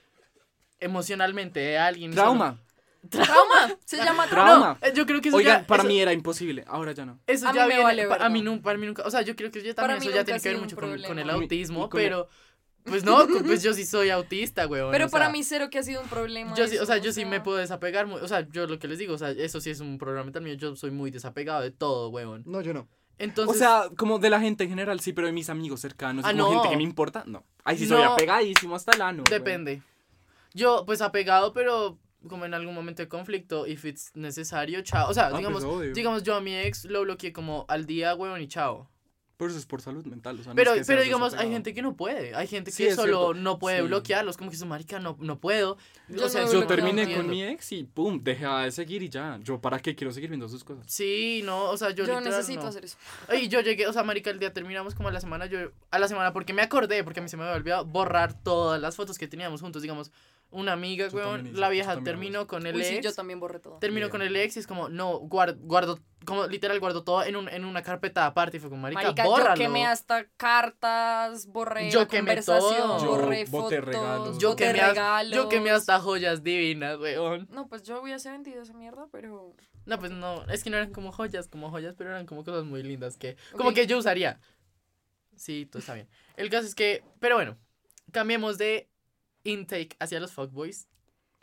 [SPEAKER 1] emocionalmente de alguien. y solo-".
[SPEAKER 4] Trauma.
[SPEAKER 2] Trauma, se llama trauma.
[SPEAKER 4] Trauma.
[SPEAKER 1] No, eh, yo creo que eso
[SPEAKER 3] Oigan,
[SPEAKER 1] ya-
[SPEAKER 3] para
[SPEAKER 1] eso-
[SPEAKER 3] mí era imposible, ahora ya no.
[SPEAKER 1] Eso
[SPEAKER 2] A
[SPEAKER 1] ya
[SPEAKER 2] mí me
[SPEAKER 1] viene-
[SPEAKER 2] vale
[SPEAKER 1] pa- a
[SPEAKER 2] verga.
[SPEAKER 1] mí nu- para mí nunca, o sea, yo creo que yo
[SPEAKER 2] Para
[SPEAKER 1] también
[SPEAKER 2] mí
[SPEAKER 1] eso ya
[SPEAKER 2] nunca
[SPEAKER 1] tiene
[SPEAKER 2] ha
[SPEAKER 1] que ver
[SPEAKER 2] sido un
[SPEAKER 1] mucho con, con el
[SPEAKER 2] problema.
[SPEAKER 1] autismo,
[SPEAKER 3] Y con el-
[SPEAKER 1] pero pues no, cu- pues yo sí soy autista, weón.
[SPEAKER 2] Pero
[SPEAKER 1] o
[SPEAKER 2] para
[SPEAKER 1] sea,
[SPEAKER 2] mí cero que ha sido un problema.
[SPEAKER 1] yo sí, o
[SPEAKER 2] eso,
[SPEAKER 1] sea, yo sí me puedo desapegar, mu- o sea, yo lo que les digo, o sea, eso sí es un problema mental mío, yo soy muy desapegado de todo, weón.
[SPEAKER 3] No, yo no.
[SPEAKER 1] Entonces,
[SPEAKER 3] o sea, como de la gente en general, sí, pero de mis amigos cercanos,
[SPEAKER 1] Ah,
[SPEAKER 3] como
[SPEAKER 1] no.
[SPEAKER 3] gente que me importa, no. Ahí sí soy
[SPEAKER 1] No.
[SPEAKER 3] apegadísimo hasta el ano. güey.
[SPEAKER 1] depende. Yo pues apegado, pero como en algún momento de conflicto, if it's necesario, chao. O sea,
[SPEAKER 3] Ah, pues,
[SPEAKER 1] digamos,
[SPEAKER 3] obvio.
[SPEAKER 1] digamos yo a mi ex lo bloqueé como al día, weón, y chao.
[SPEAKER 3] Pero eso es por salud mental, o sea, no
[SPEAKER 1] Pero,
[SPEAKER 3] es que
[SPEAKER 1] pero
[SPEAKER 3] seas
[SPEAKER 1] digamos, hay
[SPEAKER 3] desapegado.
[SPEAKER 1] gente que no puede. Hay gente
[SPEAKER 3] Sí,
[SPEAKER 1] que
[SPEAKER 3] es
[SPEAKER 1] solo
[SPEAKER 3] cierto.
[SPEAKER 1] no puede
[SPEAKER 3] Sí.
[SPEAKER 1] bloquearlos. Como que su marica, no, no puedo.
[SPEAKER 2] Yo no
[SPEAKER 1] eso
[SPEAKER 3] Yo
[SPEAKER 2] no
[SPEAKER 3] terminé
[SPEAKER 1] entiendo.
[SPEAKER 3] con mi ex y pum, dejé de seguir y ya. Yo, ¿para qué quiero seguir viendo sus cosas?
[SPEAKER 1] Sí, no, o sea, yo,
[SPEAKER 2] Yo,
[SPEAKER 1] literal,
[SPEAKER 2] necesito
[SPEAKER 1] no.
[SPEAKER 2] hacer eso.
[SPEAKER 1] Y yo llegué, o sea, marica, el día terminamos como a la semana, yo a la semana, porque me acordé, porque a mí se me había olvidado borrar todas las fotos que teníamos juntos, digamos, una amiga,
[SPEAKER 3] Yo también
[SPEAKER 1] weón,
[SPEAKER 3] hice-
[SPEAKER 1] la
[SPEAKER 3] yo
[SPEAKER 1] vieja
[SPEAKER 3] también hago
[SPEAKER 1] terminó
[SPEAKER 3] eso.
[SPEAKER 1] con el
[SPEAKER 2] Uy, sí,
[SPEAKER 1] ex,
[SPEAKER 2] yo también borré todo.
[SPEAKER 1] terminó
[SPEAKER 3] Bien.
[SPEAKER 1] con el ex y es como, no, guardo, guardo como literal guardo todo en, un, en una carpeta aparte y fue como, marica,
[SPEAKER 2] Marica, yo
[SPEAKER 1] bórralo.
[SPEAKER 2] quemé hasta cartas, borré
[SPEAKER 1] Yo
[SPEAKER 2] la
[SPEAKER 1] quemé
[SPEAKER 2] conversación,
[SPEAKER 1] todo. Yo
[SPEAKER 2] borré
[SPEAKER 3] boté
[SPEAKER 2] fotos,
[SPEAKER 3] regalos.
[SPEAKER 1] yo
[SPEAKER 2] boté
[SPEAKER 1] quemé, hasta-
[SPEAKER 2] regalos.
[SPEAKER 1] yo quemé hasta joyas divinas, weón.
[SPEAKER 2] No, pues yo hubiese vendido esa mierda, pero...
[SPEAKER 1] No, pues no, es que no eran como joyas, como joyas, pero eran como cosas muy lindas que, como
[SPEAKER 2] Ok.
[SPEAKER 1] que yo usaría. Sí, todo está bien. El caso es que, pero bueno, cambiemos de intake hacia los fuckboys.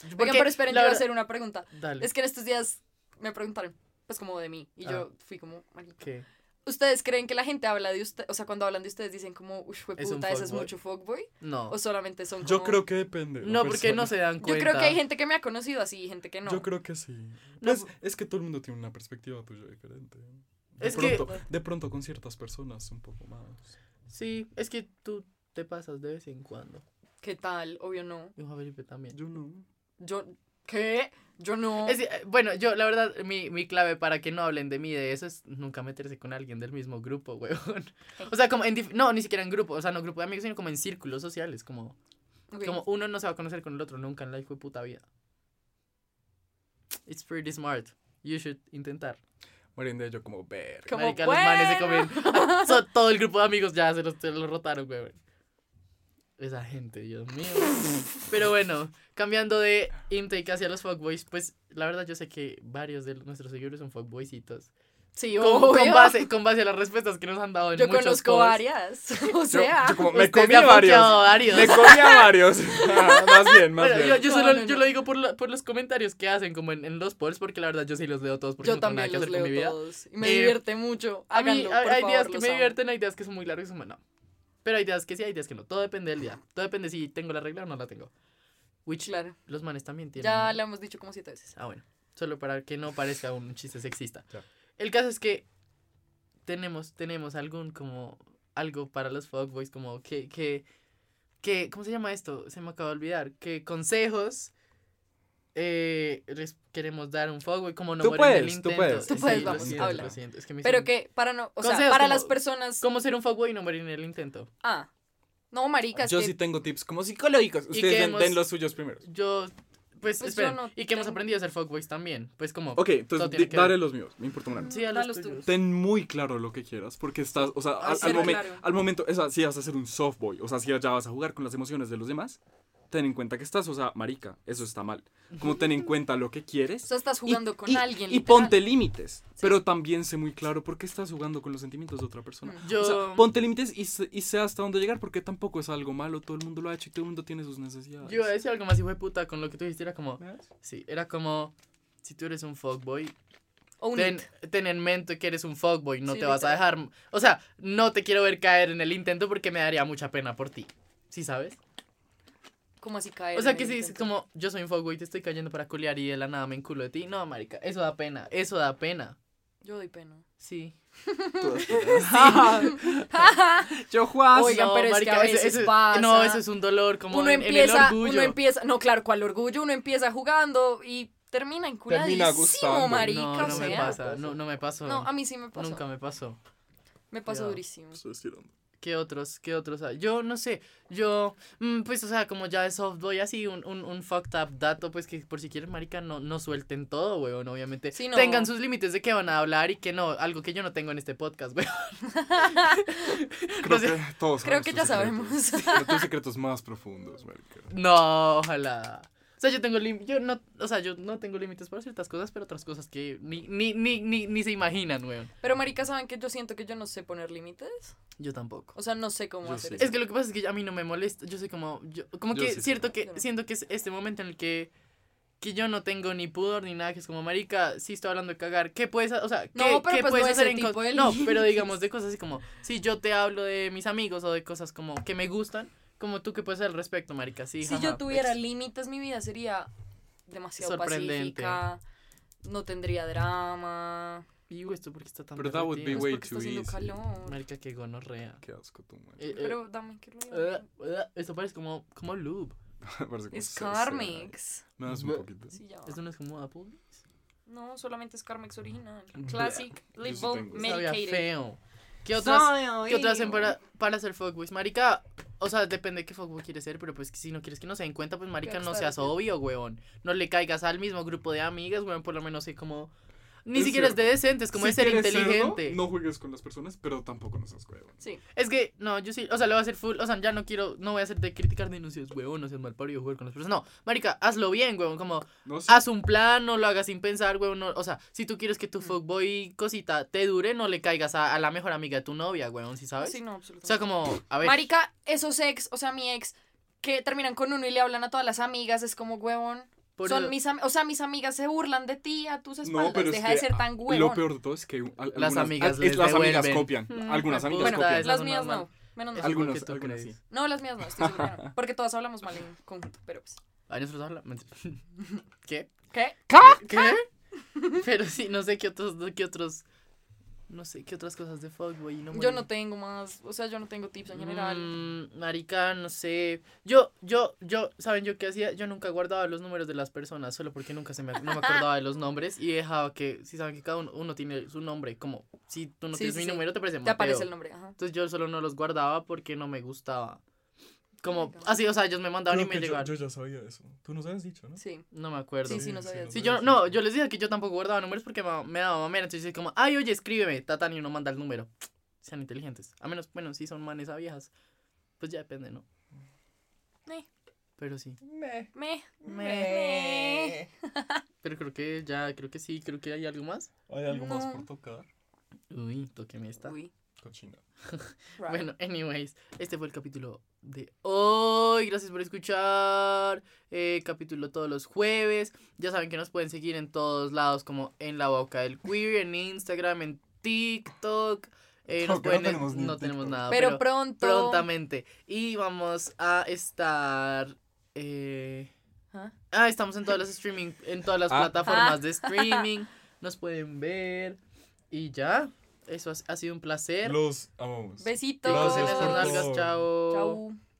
[SPEAKER 1] Porque
[SPEAKER 2] Oigan, pero esperen,
[SPEAKER 1] la
[SPEAKER 2] yo voy a
[SPEAKER 1] verdad-
[SPEAKER 2] hacer una pregunta.
[SPEAKER 1] Dale.
[SPEAKER 2] Es que en estos días me preguntaron, pues como de mí, y
[SPEAKER 1] Ah.
[SPEAKER 2] yo fui como, marica.
[SPEAKER 1] ¿Qué?
[SPEAKER 2] ¿Ustedes creen que la gente habla de usted, o sea, cuando hablan de ustedes dicen como, uy, fue
[SPEAKER 1] Es un
[SPEAKER 2] puta, eso es
[SPEAKER 1] fuckboy".
[SPEAKER 2] mucho fuckboy?
[SPEAKER 1] No.
[SPEAKER 2] ¿O solamente son
[SPEAKER 3] Yo
[SPEAKER 2] como-
[SPEAKER 3] creo que depende. de la
[SPEAKER 1] no, porque no
[SPEAKER 3] persona.
[SPEAKER 1] se dan
[SPEAKER 2] Yo
[SPEAKER 1] cuenta.
[SPEAKER 2] creo que hay gente que me ha conocido así y gente que no.
[SPEAKER 3] Yo creo que sí.
[SPEAKER 1] No,
[SPEAKER 3] es, es que todo el mundo tiene una perspectiva tuya diferente. De
[SPEAKER 1] Es que-
[SPEAKER 3] pronto, De pronto con ciertas personas un poco más.
[SPEAKER 1] Sí, es que tú te pasas de vez en cuando.
[SPEAKER 2] ¿Qué tal? Obvio no.
[SPEAKER 1] Y Juan Felipe también.
[SPEAKER 3] Yo no.
[SPEAKER 2] Yo, ¿qué? Yo no.
[SPEAKER 1] Es que, eh, bueno, yo, la verdad, mi, mi clave para que no hablen de mí de eso es nunca meterse con alguien del mismo grupo, weón. O sea, como en. dif- No, ni siquiera en grupo, o sea, no grupo de amigos, sino como en círculos sociales, como.
[SPEAKER 2] Ok.
[SPEAKER 1] Como uno no se va a conocer con el otro nunca en la hijo de puta vida. it's pretty smart. You should intentar.
[SPEAKER 3] Marinda, yo como ver.
[SPEAKER 2] Como,
[SPEAKER 1] Marica,
[SPEAKER 2] bueno.
[SPEAKER 1] los manes se comen. so- todo el grupo de amigos ya se los, se los rotaron, güey. Esa gente, Dios mío. Pero bueno, cambiando de intake hacia los fuckboys, pues la verdad yo sé que varios de nuestros seguidores son fuckboycitos.
[SPEAKER 2] Sí,
[SPEAKER 1] Con, con
[SPEAKER 2] obvio.
[SPEAKER 1] base, con base a las respuestas que nos han dado en
[SPEAKER 2] Yo
[SPEAKER 1] muchos
[SPEAKER 2] conozco
[SPEAKER 1] posts.
[SPEAKER 2] varias. O
[SPEAKER 3] Yo,
[SPEAKER 2] sea.
[SPEAKER 3] yo como me
[SPEAKER 1] Ah, Usted
[SPEAKER 3] comí
[SPEAKER 1] se ha
[SPEAKER 3] varios.
[SPEAKER 1] pokeado varios.
[SPEAKER 3] Me comí a varios. Ah, más bien, más
[SPEAKER 1] Bueno,
[SPEAKER 3] bien.
[SPEAKER 1] yo, yo
[SPEAKER 2] No,
[SPEAKER 1] solo
[SPEAKER 2] no, no.
[SPEAKER 1] yo lo digo por, la- por los comentarios que hacen, como en, en los polls, porque la verdad yo sí los leo todos porque
[SPEAKER 2] Yo
[SPEAKER 1] no tengo nada
[SPEAKER 2] también
[SPEAKER 1] que
[SPEAKER 2] los
[SPEAKER 1] hacer con mi
[SPEAKER 2] leo
[SPEAKER 1] vida.
[SPEAKER 2] todos. Y me
[SPEAKER 1] Eh,
[SPEAKER 2] divierte mucho.
[SPEAKER 1] A mí
[SPEAKER 2] Háganlo,
[SPEAKER 1] hay,
[SPEAKER 2] por
[SPEAKER 1] hay
[SPEAKER 2] favor,
[SPEAKER 1] días que
[SPEAKER 2] los
[SPEAKER 1] me
[SPEAKER 2] amo.
[SPEAKER 1] divierten, hay días que son muy largos y son no. Pero hay días que sí, hay días que no. Todo depende del día. Todo depende si tengo la regla o no la tengo. Which
[SPEAKER 2] Claro.
[SPEAKER 1] los manes también tienen.
[SPEAKER 2] Ya
[SPEAKER 1] una-
[SPEAKER 2] lo hemos dicho como siete veces.
[SPEAKER 1] Ah, bueno. Solo para que no parezca un chiste sexista.
[SPEAKER 3] Ya.
[SPEAKER 1] El caso es que tenemos, tenemos algún como algo para los fuckboys, como que, que, que, ¿cómo se llama esto? Se me acaba de olvidar. Que consejos eh, les queremos dar a un fuckboy, como no
[SPEAKER 3] Tú
[SPEAKER 1] morir del
[SPEAKER 3] puedes, tú
[SPEAKER 1] intento.
[SPEAKER 3] puedes.
[SPEAKER 2] Tú puedes,
[SPEAKER 1] Sí, lo
[SPEAKER 2] vamos,
[SPEAKER 1] siento,
[SPEAKER 2] habla.
[SPEAKER 1] lo siento, es que me
[SPEAKER 2] Pero
[SPEAKER 1] hicieron-
[SPEAKER 2] que para no, o sea,
[SPEAKER 1] Consejos
[SPEAKER 2] para
[SPEAKER 1] como-
[SPEAKER 2] las personas.
[SPEAKER 1] ¿Cómo ser un fuckboy y no morir en el intento?
[SPEAKER 2] Ah. No, maricas.
[SPEAKER 3] Yo
[SPEAKER 2] que-
[SPEAKER 3] sí tengo tips como psicológicos. Ustedes
[SPEAKER 1] que
[SPEAKER 3] den,
[SPEAKER 1] hemos-
[SPEAKER 3] den los suyos primero.
[SPEAKER 1] Yo, pues,
[SPEAKER 2] yo
[SPEAKER 1] esperen,
[SPEAKER 2] no
[SPEAKER 1] y que hemos
[SPEAKER 2] tengo-
[SPEAKER 1] aprendido a ser fuckboys también, pues como...
[SPEAKER 3] Ok, entonces
[SPEAKER 1] Todo tiene
[SPEAKER 3] di-
[SPEAKER 1] que
[SPEAKER 3] daré
[SPEAKER 1] ver.
[SPEAKER 3] los míos. Me importa una. mierda.
[SPEAKER 1] Sí, a
[SPEAKER 2] Da
[SPEAKER 1] los
[SPEAKER 2] los
[SPEAKER 1] tuyos.
[SPEAKER 2] tuyos.
[SPEAKER 3] Ten muy claro lo que quieras, porque estás, o sea, al,
[SPEAKER 2] Ah, sí,
[SPEAKER 3] al,
[SPEAKER 2] era
[SPEAKER 3] momen-
[SPEAKER 2] claro.
[SPEAKER 3] al momento, o sea, si vas a ser un softboy, o sea, si ya vas a jugar con las emociones de los demás, ten en cuenta que estás, o sea, marica, eso está mal. Como ten en cuenta lo que
[SPEAKER 2] O
[SPEAKER 3] quieres.
[SPEAKER 2] sea, estás jugando con
[SPEAKER 3] y,
[SPEAKER 2] alguien.
[SPEAKER 3] Y
[SPEAKER 2] literal.
[SPEAKER 3] ponte límites, pero también sé muy claro por qué estás jugando con los sentimientos de otra
[SPEAKER 2] Mm,
[SPEAKER 3] persona.
[SPEAKER 1] Yo...
[SPEAKER 3] O sea, ponte límites y, sé- y sé hasta dónde llegar, porque tampoco es algo malo, todo el mundo lo ha hecho y todo el mundo tiene sus necesidades.
[SPEAKER 1] Yo iba a decir algo más hijo de puta con lo que tú dijiste, era como...
[SPEAKER 3] ¿Ves?
[SPEAKER 1] Sí, era como... Si tú eres un fuckboy,
[SPEAKER 2] Own
[SPEAKER 1] ten,
[SPEAKER 2] it.
[SPEAKER 1] ten en mente que eres un fuckboy, no
[SPEAKER 2] Sí,
[SPEAKER 1] te vas a dejar... O sea, no te quiero ver caer en el intento porque me daría mucha pena por ti. ¿Sí sabes?
[SPEAKER 2] Como así caer.
[SPEAKER 1] O sea,
[SPEAKER 2] en
[SPEAKER 1] que
[SPEAKER 2] el
[SPEAKER 1] si dices
[SPEAKER 2] intento.
[SPEAKER 1] como, yo soy un fuckboy, te estoy cayendo para culiar y de la nada me enculo de ti. No, marica, eso da pena, eso da pena.
[SPEAKER 2] Yo doy pena.
[SPEAKER 1] Sí.
[SPEAKER 3] Todas putas. Yo
[SPEAKER 1] Ah,
[SPEAKER 3] juego.
[SPEAKER 2] Oigan, pero es que a
[SPEAKER 1] eso-
[SPEAKER 2] veces
[SPEAKER 1] eso-
[SPEAKER 2] pasa.
[SPEAKER 1] No, eso es un dolor como
[SPEAKER 2] uno
[SPEAKER 1] en, en
[SPEAKER 2] empieza,
[SPEAKER 1] el orgullo.
[SPEAKER 2] uno empieza, no, claro, cuál orgullo, uno empieza jugando y termina
[SPEAKER 3] Termina gustando.
[SPEAKER 2] enculadísimo, marica,
[SPEAKER 1] no,
[SPEAKER 2] o
[SPEAKER 1] no
[SPEAKER 2] sea.
[SPEAKER 1] me pasa, no, no me pasó.
[SPEAKER 2] No, a mí sí me pasó.
[SPEAKER 1] Nunca me pasó.
[SPEAKER 2] Me pasó
[SPEAKER 1] Ya.
[SPEAKER 2] durísimo.
[SPEAKER 3] Estoy estirando.
[SPEAKER 1] ¿Qué otros? ¿Qué otros? hay? Yo no sé, yo, mm, pues, o sea, como ya de softboy, así, un, un, un fucked up dato, pues, que por si quieren, marica, no, no suelten todo, weón, obviamente.
[SPEAKER 2] Sí, no.
[SPEAKER 1] Tengan sus límites de qué van a hablar y qué no, algo que yo no tengo en este podcast, weón.
[SPEAKER 3] Creo que todos
[SPEAKER 2] Creo
[SPEAKER 3] saben
[SPEAKER 2] que
[SPEAKER 3] tus
[SPEAKER 2] ya
[SPEAKER 3] secretos.
[SPEAKER 2] sabemos.
[SPEAKER 3] Pero tus secretos más profundos, marica.
[SPEAKER 1] No, ojalá. O sea, yo tengo límites, yo no, o sea, yo no tengo límites para ciertas cosas, pero otras cosas que ni, ni, ni, ni, ni se imaginan, weón.
[SPEAKER 2] Pero marica, ¿saben que yo siento que yo no sé poner límites?
[SPEAKER 1] Yo tampoco.
[SPEAKER 2] O sea, no sé cómo
[SPEAKER 3] Yo
[SPEAKER 2] hacer
[SPEAKER 3] sí.
[SPEAKER 2] eso.
[SPEAKER 1] Es que lo que pasa es que a mí no me molesta. Yo soy como. Yo, como
[SPEAKER 3] Yo
[SPEAKER 1] que
[SPEAKER 3] sí
[SPEAKER 1] cierto
[SPEAKER 2] Yo
[SPEAKER 1] que
[SPEAKER 2] no.
[SPEAKER 1] siento que es este momento en el que. Que yo no tengo ni pudor ni nada, que es como, marica, sí estoy hablando de cagar. ¿Qué puedes hacer? O sea, ¿qué,
[SPEAKER 2] No, pero
[SPEAKER 1] qué
[SPEAKER 2] pues
[SPEAKER 1] puedes
[SPEAKER 2] no
[SPEAKER 1] hacer
[SPEAKER 2] ese
[SPEAKER 1] en
[SPEAKER 2] tipo
[SPEAKER 1] co-
[SPEAKER 2] de
[SPEAKER 1] No,
[SPEAKER 2] límites.
[SPEAKER 1] pero digamos de cosas así como, si yo te hablo de mis amigos o de cosas como que me gustan, como tú qué puedes hacer al respecto, marica. Sí,
[SPEAKER 2] si
[SPEAKER 1] jaja,
[SPEAKER 2] yo tuviera
[SPEAKER 1] pues,
[SPEAKER 2] límites, mi vida sería demasiado
[SPEAKER 1] Sorprendente.
[SPEAKER 2] pacífica. No tendría drama.
[SPEAKER 1] "Iu, esto porque está tan
[SPEAKER 3] Pero that would be
[SPEAKER 1] derretido".
[SPEAKER 2] Pues
[SPEAKER 3] way
[SPEAKER 2] porque está
[SPEAKER 3] too
[SPEAKER 2] haciendo
[SPEAKER 3] easy.
[SPEAKER 2] calor.
[SPEAKER 1] Marica, que gonorrea.
[SPEAKER 3] Qué asco tú, marica.
[SPEAKER 1] Eh, eh,
[SPEAKER 2] Pero dame que
[SPEAKER 1] eh,
[SPEAKER 2] ruido.
[SPEAKER 1] eh, esto parece como, como lube.
[SPEAKER 3] Parece como
[SPEAKER 2] Es
[SPEAKER 3] salsa.
[SPEAKER 2] Carmex.
[SPEAKER 3] Me das un
[SPEAKER 1] Bleh.
[SPEAKER 3] poquito.
[SPEAKER 2] Sí, ya.
[SPEAKER 1] Esto no es como Apple.
[SPEAKER 2] No, solamente es Carmex original.
[SPEAKER 3] Bleh.
[SPEAKER 2] Classic, label,
[SPEAKER 3] tengo eso.
[SPEAKER 1] Sabía
[SPEAKER 2] medicated.
[SPEAKER 1] feo. ¿Qué otras? ¿Qué otras hacen para, para ser fuckboys? Marica, o sea, depende de qué fuckboy quieres ser, pero pues que si no quieres que no se den cuenta, pues marica, no
[SPEAKER 2] Rockstar,
[SPEAKER 1] seas
[SPEAKER 2] sí.
[SPEAKER 1] obvio, weón. No le caigas al mismo grupo de amigas, weón, por lo menos sé como... Ni
[SPEAKER 3] Es
[SPEAKER 1] siquiera es de
[SPEAKER 3] cierto.
[SPEAKER 1] decentes, como
[SPEAKER 3] Si
[SPEAKER 1] es ser
[SPEAKER 3] quieres serlo,
[SPEAKER 1] inteligente.
[SPEAKER 3] no juegues con las personas, pero tampoco nos seas huevón.
[SPEAKER 2] Sí.
[SPEAKER 1] Es que, no, yo sí, o sea, lo voy a hacer full, o sea, ya no quiero, no voy a hacer de criticar de no seas weón, no seas mal parido jugar con las personas. No, marica, hazlo bien, weón, como
[SPEAKER 3] No sé.
[SPEAKER 1] haz un plan, no lo hagas sin pensar, weón. no- o sea, si tú quieres que
[SPEAKER 3] Mm.
[SPEAKER 1] tu fuckboy cosita te dure, no le caigas a, a la mejor amiga de tu novia, weón, ¿sí sabes?
[SPEAKER 2] Sí, no,
[SPEAKER 1] O
[SPEAKER 2] absolutamente.
[SPEAKER 1] sea, como, a ver.
[SPEAKER 2] Marica, esos ex, o sea, mi ex, que terminan con uno y le hablan a todas las amigas, es como huevón.
[SPEAKER 1] por
[SPEAKER 2] Son
[SPEAKER 1] eso-
[SPEAKER 2] mis am- o sea, mis amigas se burlan de ti a tus espaldas.
[SPEAKER 3] No, pero es
[SPEAKER 2] Deja
[SPEAKER 3] que
[SPEAKER 2] de ser tan huevón.
[SPEAKER 3] Lo peor de todo es que al- algunas,
[SPEAKER 1] amigas
[SPEAKER 3] es-
[SPEAKER 1] les
[SPEAKER 3] las amigas
[SPEAKER 1] devuelven.
[SPEAKER 3] copian.
[SPEAKER 2] Mm,
[SPEAKER 3] algunas
[SPEAKER 1] me puta,
[SPEAKER 3] amigas
[SPEAKER 2] bueno,
[SPEAKER 1] putas,
[SPEAKER 3] copian.
[SPEAKER 1] esas
[SPEAKER 2] las
[SPEAKER 1] son
[SPEAKER 2] mías
[SPEAKER 1] normal.
[SPEAKER 2] no. Menos
[SPEAKER 1] Es
[SPEAKER 2] mal.
[SPEAKER 1] igual que
[SPEAKER 3] Algunas,
[SPEAKER 1] tú
[SPEAKER 3] algunas
[SPEAKER 1] crees.
[SPEAKER 3] sí.
[SPEAKER 2] No, las mías no, estoy segura. que no, Porque todas hablamos mal en conjunto, pero pues.
[SPEAKER 1] Ay, nosotros habla- mentira. ¿Qué?
[SPEAKER 2] ¿Qué?
[SPEAKER 1] ¿Qué? Pero sí, no sé qué otros, qué otros, no sé qué otras cosas de fuckboy. No
[SPEAKER 2] Yo
[SPEAKER 1] me-
[SPEAKER 2] no tengo más, o sea, yo no tengo tips en general.
[SPEAKER 1] Mm, marica, no sé. Yo, yo, yo, ¿saben yo qué hacía? Yo nunca guardaba los números de las personas, solo porque nunca se me, no me acordaba de los nombres y dejaba que, si saben que cada uno, uno tiene su nombre, como si tú no
[SPEAKER 2] Sí,
[SPEAKER 1] tienes
[SPEAKER 2] sí,
[SPEAKER 1] mi
[SPEAKER 2] sí.
[SPEAKER 1] número te parece
[SPEAKER 2] Te
[SPEAKER 1] Mateo.
[SPEAKER 2] aparece el nombre, ajá.
[SPEAKER 1] Entonces yo solo no los guardaba porque no me gustaba. Como así, o sea, ellos me mandaban
[SPEAKER 3] Creo
[SPEAKER 1] y
[SPEAKER 3] que
[SPEAKER 1] me
[SPEAKER 3] yo-
[SPEAKER 1] llegaban.
[SPEAKER 3] yo, ya sabía eso. Tú nos habías dicho, ¿no?
[SPEAKER 2] Sí.
[SPEAKER 1] No me acuerdo.
[SPEAKER 2] Sí, sí, no sabía
[SPEAKER 1] Sí,
[SPEAKER 2] Sí,
[SPEAKER 1] yo, no, yo les dije que yo tampoco guardaba números porque ma- me daba mamera. Entonces, es como, ay, oye, escríbeme, tatan, y uno manda el número. Sean inteligentes. A menos, bueno, si son manes a viejas, pues ya depende, ¿no?
[SPEAKER 2] Me.
[SPEAKER 1] Pero sí.
[SPEAKER 2] Me.
[SPEAKER 1] Me. Pero creo que ya, creo que sí, creo que hay algo más.
[SPEAKER 3] ¿Hay algo más
[SPEAKER 2] No.
[SPEAKER 3] por tocar?
[SPEAKER 1] Uy, toqueme esta.
[SPEAKER 2] Uy.
[SPEAKER 3] Cochina.
[SPEAKER 2] raro.
[SPEAKER 1] Bueno, anyways, este fue el capítulo de hoy. Gracias por escuchar. Eh, capítulo todos los jueves. Ya saben que nos pueden seguir en todos lados, como en la boca del queer, en Instagram, en TikTok. Eh, nos pueden-
[SPEAKER 3] Creo que no tenemos ni
[SPEAKER 1] no
[SPEAKER 3] en
[SPEAKER 1] tenemos
[SPEAKER 3] TikTok.
[SPEAKER 1] nada.
[SPEAKER 2] pero,
[SPEAKER 1] ah, pero
[SPEAKER 2] pronto.
[SPEAKER 1] prontamente. Y vamos a estar. eh,
[SPEAKER 2] ¿Ah?
[SPEAKER 1] Ah, estamos en todas las streaming, en todas las
[SPEAKER 3] Ah.
[SPEAKER 1] plataformas
[SPEAKER 2] Ah.
[SPEAKER 1] de streaming. Nos pueden ver. Y ya. Eso ha, ha sido un placer.
[SPEAKER 3] Los amamos.
[SPEAKER 2] Besitos.
[SPEAKER 1] Los
[SPEAKER 3] Gracias
[SPEAKER 1] en esas
[SPEAKER 3] por
[SPEAKER 1] nalgas,
[SPEAKER 3] todo.
[SPEAKER 1] chao.
[SPEAKER 2] Chau.